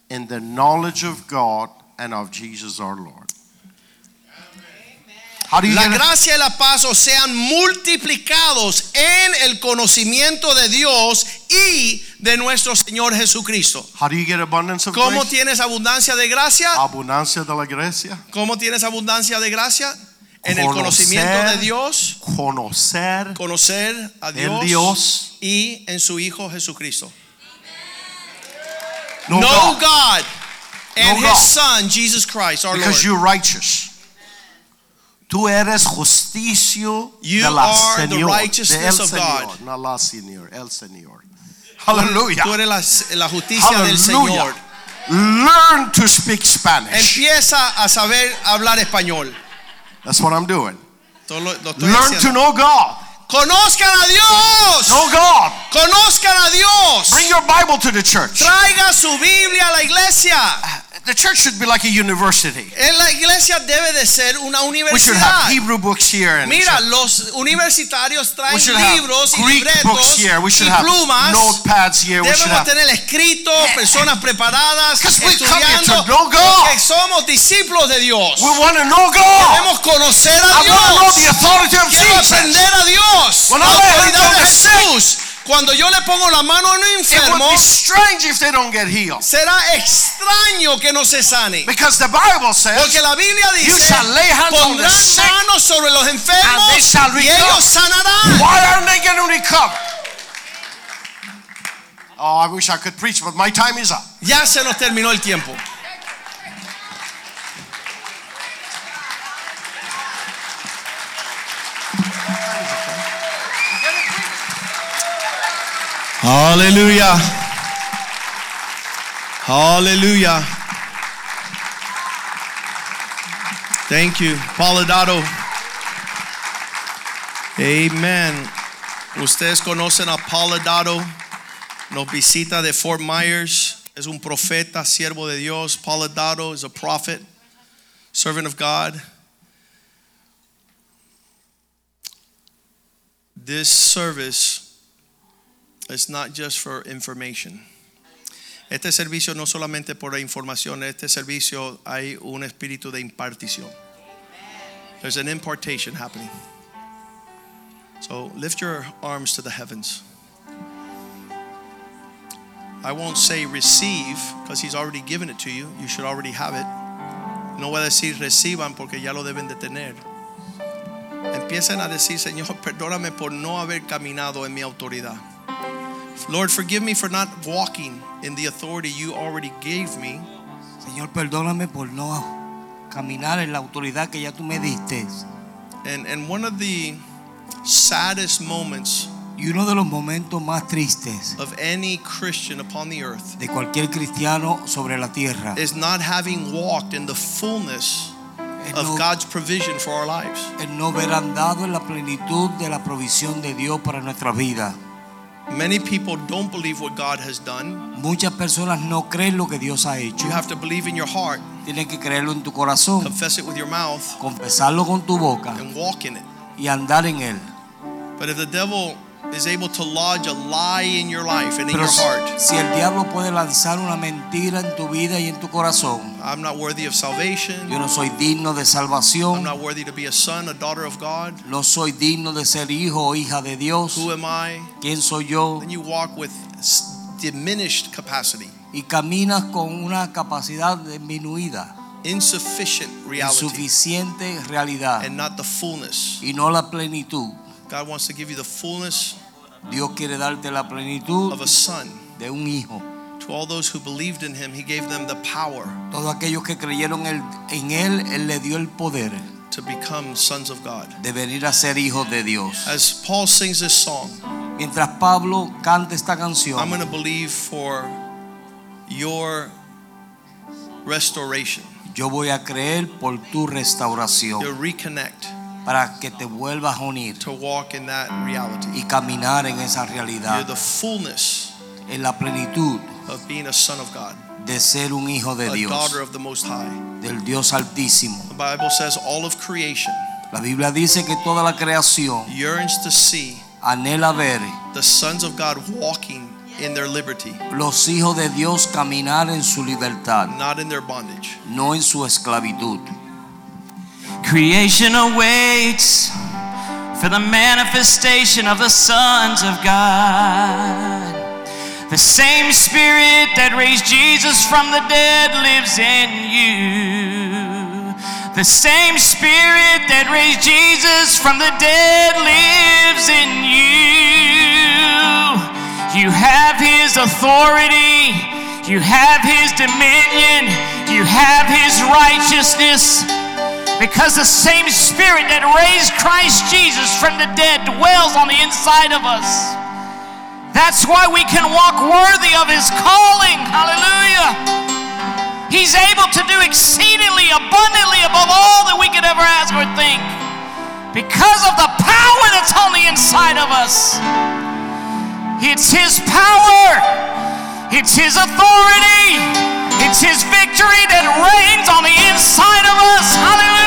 S1: in the knowledge of God and of Jesus our Lord. How do you
S3: La
S1: get it?
S3: gracia y la paz os sean multiplicados en el conocimiento de Dios y de nuestro Señor Jesucristo.
S1: How do you get abundance of
S3: ¿Cómo
S1: grace?
S3: tienes abundancia de gracia?
S1: Ah. Abundancia de la gracia.
S3: ¿Cómo tienes abundancia de gracia? En el
S1: Conocer.
S3: conocimiento de Dios,
S1: Conocer
S3: conocer a
S1: el
S3: Dios,
S1: Dios.
S3: y en su Hijo Jesucristo.
S1: No,
S3: no
S1: God,
S3: God, and
S1: No
S3: His
S1: God.
S3: Son Jesus Christ, our
S1: because
S3: Lord.
S1: you're righteous. Tú eres justicio
S3: You
S1: de la
S3: are the
S1: Señor. de el
S3: righteousness of
S1: Señor.
S3: God.
S1: No la Señor, el Señor.
S3: Tú
S1: Hallelujah.
S3: eres la, la justicia del Señor.
S1: Hallelujah. Learn to speak Spanish.
S3: Empieza a saber hablar español.
S1: That's what I'm doing.
S3: Todo lo- lo estoy
S1: Learn
S3: haciendo.
S1: to know God.
S3: Conozcan a Dios.
S1: Know God.
S3: Conozcan a Dios.
S1: Bring your Bible to the church.
S3: Traiga su Biblia a la iglesia.
S1: The church should be like a university.
S3: En la iglesia debe de ser una
S1: We should have
S3: universidad.
S1: Hebrew books here and
S3: Mira, los universitarios
S1: we
S3: traen
S1: should have
S3: libros y
S1: Greek
S3: libretos
S1: books here. We should
S3: y
S1: have
S3: plumas.
S1: notepads here. We should
S3: Debemos
S1: have.
S3: tener escrito personas preparadas
S1: 'Cause we come here to
S3: estudiando
S1: know God.
S3: porque somos discípulos de Dios.
S1: We want to know God.
S3: Debemos conocer
S1: I
S3: a
S1: want to know the
S3: Dios.
S1: authority of
S3: Quiero
S1: Jesus.
S3: aprender a Dios.
S1: When
S3: la
S1: I heard
S3: autoridad
S1: them
S3: de
S1: sick,
S3: Jesús. Cuando yo le pongo la mano a un
S1: It would
S3: enfermo,
S1: be strange if they don't get healed,
S3: será extraño que no se sane.
S1: because the Bible
S3: Porque
S1: says
S3: la Biblia
S1: You
S3: dice,
S1: shall lay hands on the
S3: pondrán
S1: sick,
S3: manos sobre los
S1: and they
S3: enfermos
S1: shall
S3: y
S1: recover."
S3: ellos sanarán.
S1: why aren't they going to recover? Oh, I wish I could preach, but my time is up.
S3: Ya se nos terminó el tiempo. Aleluya. Aleluya. Thank you, Paladado. Amen. Ustedes conocen a Paul Adado, nos visita de Fort Myers. Es un profeta, siervo de Dios. Paul Adado is a prophet, servant of God. This service is not just for information. Este servicio no solamente por la información, este servicio hay un espíritu de impartición. There's an impartation happening. So lift your arms to the heavens. I won't say receive because he's already given it to you. You should already have it. No voy a decir reciban porque ya lo deben de tener. Empiecen a decir, Señor, perdóname por no haber caminado en mi autoridad. Lord, forgive me for not walking in the authority you already gave me.
S4: Señor, perdóname por no caminar en la autoridad que ya tú me diste.
S3: And and one of the saddest moments
S4: Y uno de los momentos más tristes
S3: of any Christian upon the earth
S4: de cualquier cristiano sobre la tierra
S3: is not having walked in the fullness
S4: es
S3: of
S4: no,
S3: God's provision for our lives.
S4: es no haber andado en la plenitud de la provisión de Dios para nuestra vida.
S3: Many people don't believe what God has done.
S4: Muchas personas no creen lo que Dios ha hecho.
S3: You have to believe in your heart,
S4: Tienes que creerlo en tu corazón,
S3: confess it with your mouth,
S4: confesarlo con tu boca
S3: and walk in it.
S4: y andar en él.
S3: But if the devil is able to lodge a lie in your life and in
S4: Pero
S3: your
S4: si,
S3: heart,
S4: si el diablo puede lanzar una mentira en tu vida y en tu corazón,
S3: I'm not worthy of salvation.
S4: yo no soy digno de
S3: I'm
S4: salvación,
S3: not worthy to be a son, a daughter of God.
S4: no soy digno de ser hijo o hija de Dios,
S3: Who am I?
S4: ¿quién soy yo?
S3: Then you walk with s- diminished capacity,
S4: Y caminas con una capacidad disminuida,
S3: insufficient reality,
S4: insuficiente realidad
S3: and not the fullness.
S4: y no la plenitud.
S3: God wants to give you the fullness
S4: Dios quiere darte la
S3: of
S4: plenitud
S3: a son.
S4: de un hijo.
S3: To all those who believed in him, he gave them the power
S4: Todos aquellos que creyeron en en Él, Él le dio el poder
S3: to become sons of God.
S4: de venir a ser hijos de Dios.
S3: As Paul sings this song,
S4: Mientras Pablo canta esta
S3: I'm
S4: canción,
S3: going to believe for your restoration,
S4: yo voy a creer por tu
S3: your
S4: restauración,
S3: reconnect
S4: para que te vuelvas a unir
S3: to walk in that reality.
S4: y caminar en esa
S3: You're
S4: realidad,
S3: the fullness
S4: en la plenitud
S3: of being a son of God,
S4: de ser un hijo de
S3: a daughter
S4: Dios,
S3: of the Most High.
S4: del Dios Altísimo.
S3: The Bible says all of creation
S4: La Biblia dice que toda la creación
S3: yearns to see
S4: anhela ver
S3: the sons of God walking in their liberty,
S4: los hijos de Dios caminar en su libertad,
S3: not in their bondage.
S4: no en su esclavitud.
S5: Creation awaits for the manifestation of the sons of God. The same spirit that raised Jesus from the dead lives in you. The same spirit that raised Jesus from the dead lives in you. You have his authority, you have his dominion, you have his righteousness. Because the same Spirit that raised Christ Jesus from the dead dwells on the inside of us. That's why we can walk worthy of His calling. Hallelujah. He's able to do exceedingly abundantly above all that we could ever ask or think. Because of the power that's on the inside of us. It's His power. It's His authority. It's His victory that reigns on the inside of us. Hallelujah.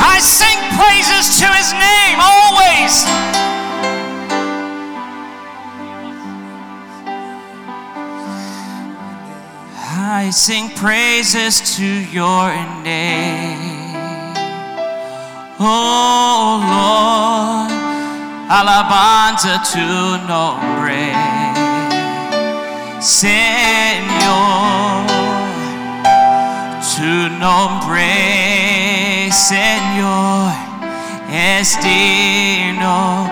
S5: I sing praises to His name always. I sing praises to your name. Oh Lord, alabanza tu nombre. Señor, tu nombre, Señor, es digno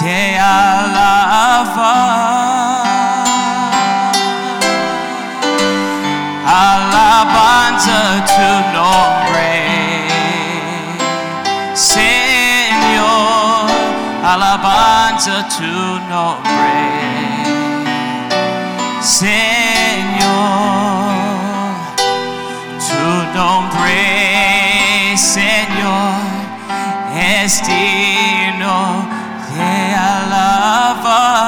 S5: de alabar. Alabanza tu nombre, Señor, alabanza tu nombre. Señor, tu nombre, Señor, es digno Yeah, lover.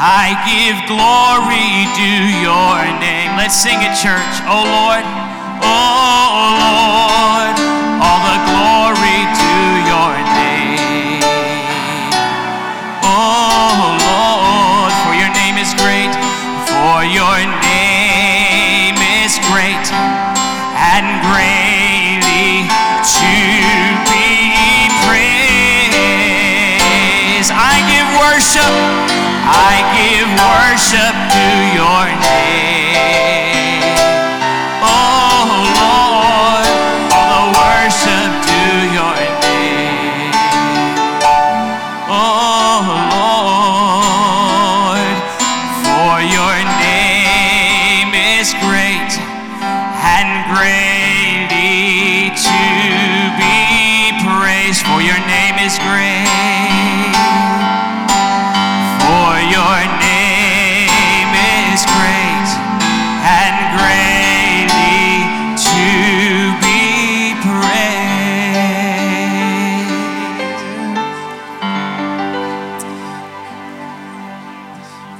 S5: I give glory to your name. Let's sing it, church. Oh Lord, oh Lord, all the glory to your name. Oh Lord, for your name is great, for your name is great and greatly to be praised. I give worship, I give worship to your name. Oh Lord, all the worship to your name. Oh Lord, for your name is great and greatly to be praised. For your name is great. For your name is great and greatly to be praised.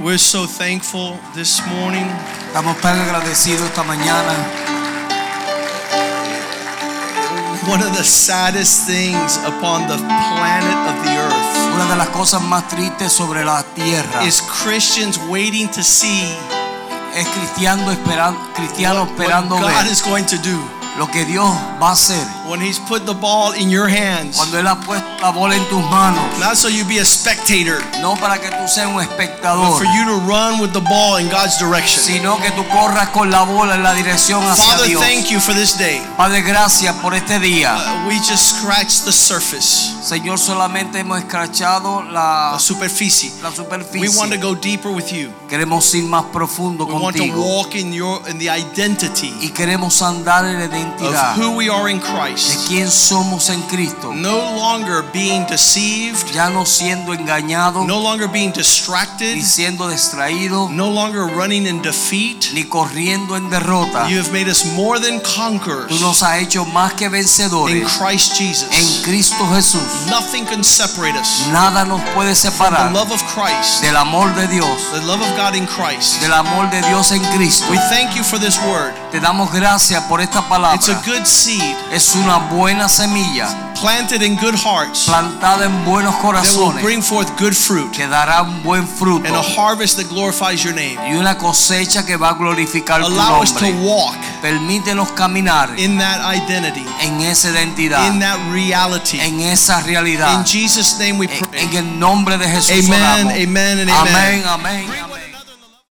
S3: We're so thankful this morning.
S4: Estamos tan agradecidos esta mañana.
S3: One of the saddest things upon the planet of the earth
S4: Una de las cosas más tristes sobre la tierra
S3: is Christians waiting to see
S4: es cristiano esperando, cristiano
S3: what
S4: esperando
S3: God
S4: ver
S3: is going to do.
S4: lo que Dios va a hacer
S3: When He's put the ball in your hands,
S4: cuando Él ha puesto la bola en tus manos.
S3: not so you be a spectator,
S4: No para que tú seas un
S3: but
S4: espectador,
S3: for you to run with the ball in God's direction.
S4: sino que tú corras con la bola en la dirección hacia
S3: Father,
S4: Dios.
S3: thank you for this day.
S4: Padre, gracias por este día.
S3: Uh, we just scratched the surface,
S4: Señor, solamente hemos escrachado
S3: the
S4: la,
S3: superficie.
S4: la
S3: We want to
S4: superficie.
S3: go deeper with you.
S4: Queremos ir más profundo
S3: We want to
S4: contigo
S3: walk in your in the identity
S4: y queremos andar en la
S3: of
S4: identidad
S3: who we are in
S4: de
S3: Christ.
S4: quién somos en Cristo.
S3: No longer being deceived,
S4: Ya no siendo engañado,
S3: no longer being distracted,
S4: ni siendo distraído,
S3: no longer running in defeat.
S4: ni corriendo en derrota.
S3: You have made us more than
S4: Tú
S3: conquerors
S4: nos has hecho más que
S3: in
S4: vencedores
S3: Christ
S4: en
S3: Jesus.
S4: Cristo Jesús.
S3: Nothing can separate us.
S4: Nada nos puede
S3: The
S4: separar
S3: love of Christ,
S4: del amor de Dios,
S3: the love of God in Christ.
S4: del amor de Dios en Cristo.
S3: We thank you for this word.
S4: Te damos gracias por esta
S3: It's a
S4: palabra.
S3: good seed
S4: Es una buena semilla
S3: planted in good hearts
S4: plantada en buenos
S3: that will
S4: corazones
S3: bring forth good fruit
S4: que dará un buen fruto
S3: and a harvest that glorifies your name.
S4: y una cosecha que va a glorificar tu
S3: Allow us to
S4: nombre.
S3: walk
S4: Permítenos caminar
S3: in that identity,
S4: en esa identidad,
S3: in that reality.
S4: en esa realidad.
S3: In Jesus' name we
S4: En
S3: pray.
S4: en el nombre de Jesús
S3: Amen,
S4: oramos.
S3: amen, and amen.
S4: Amén, amén, amén.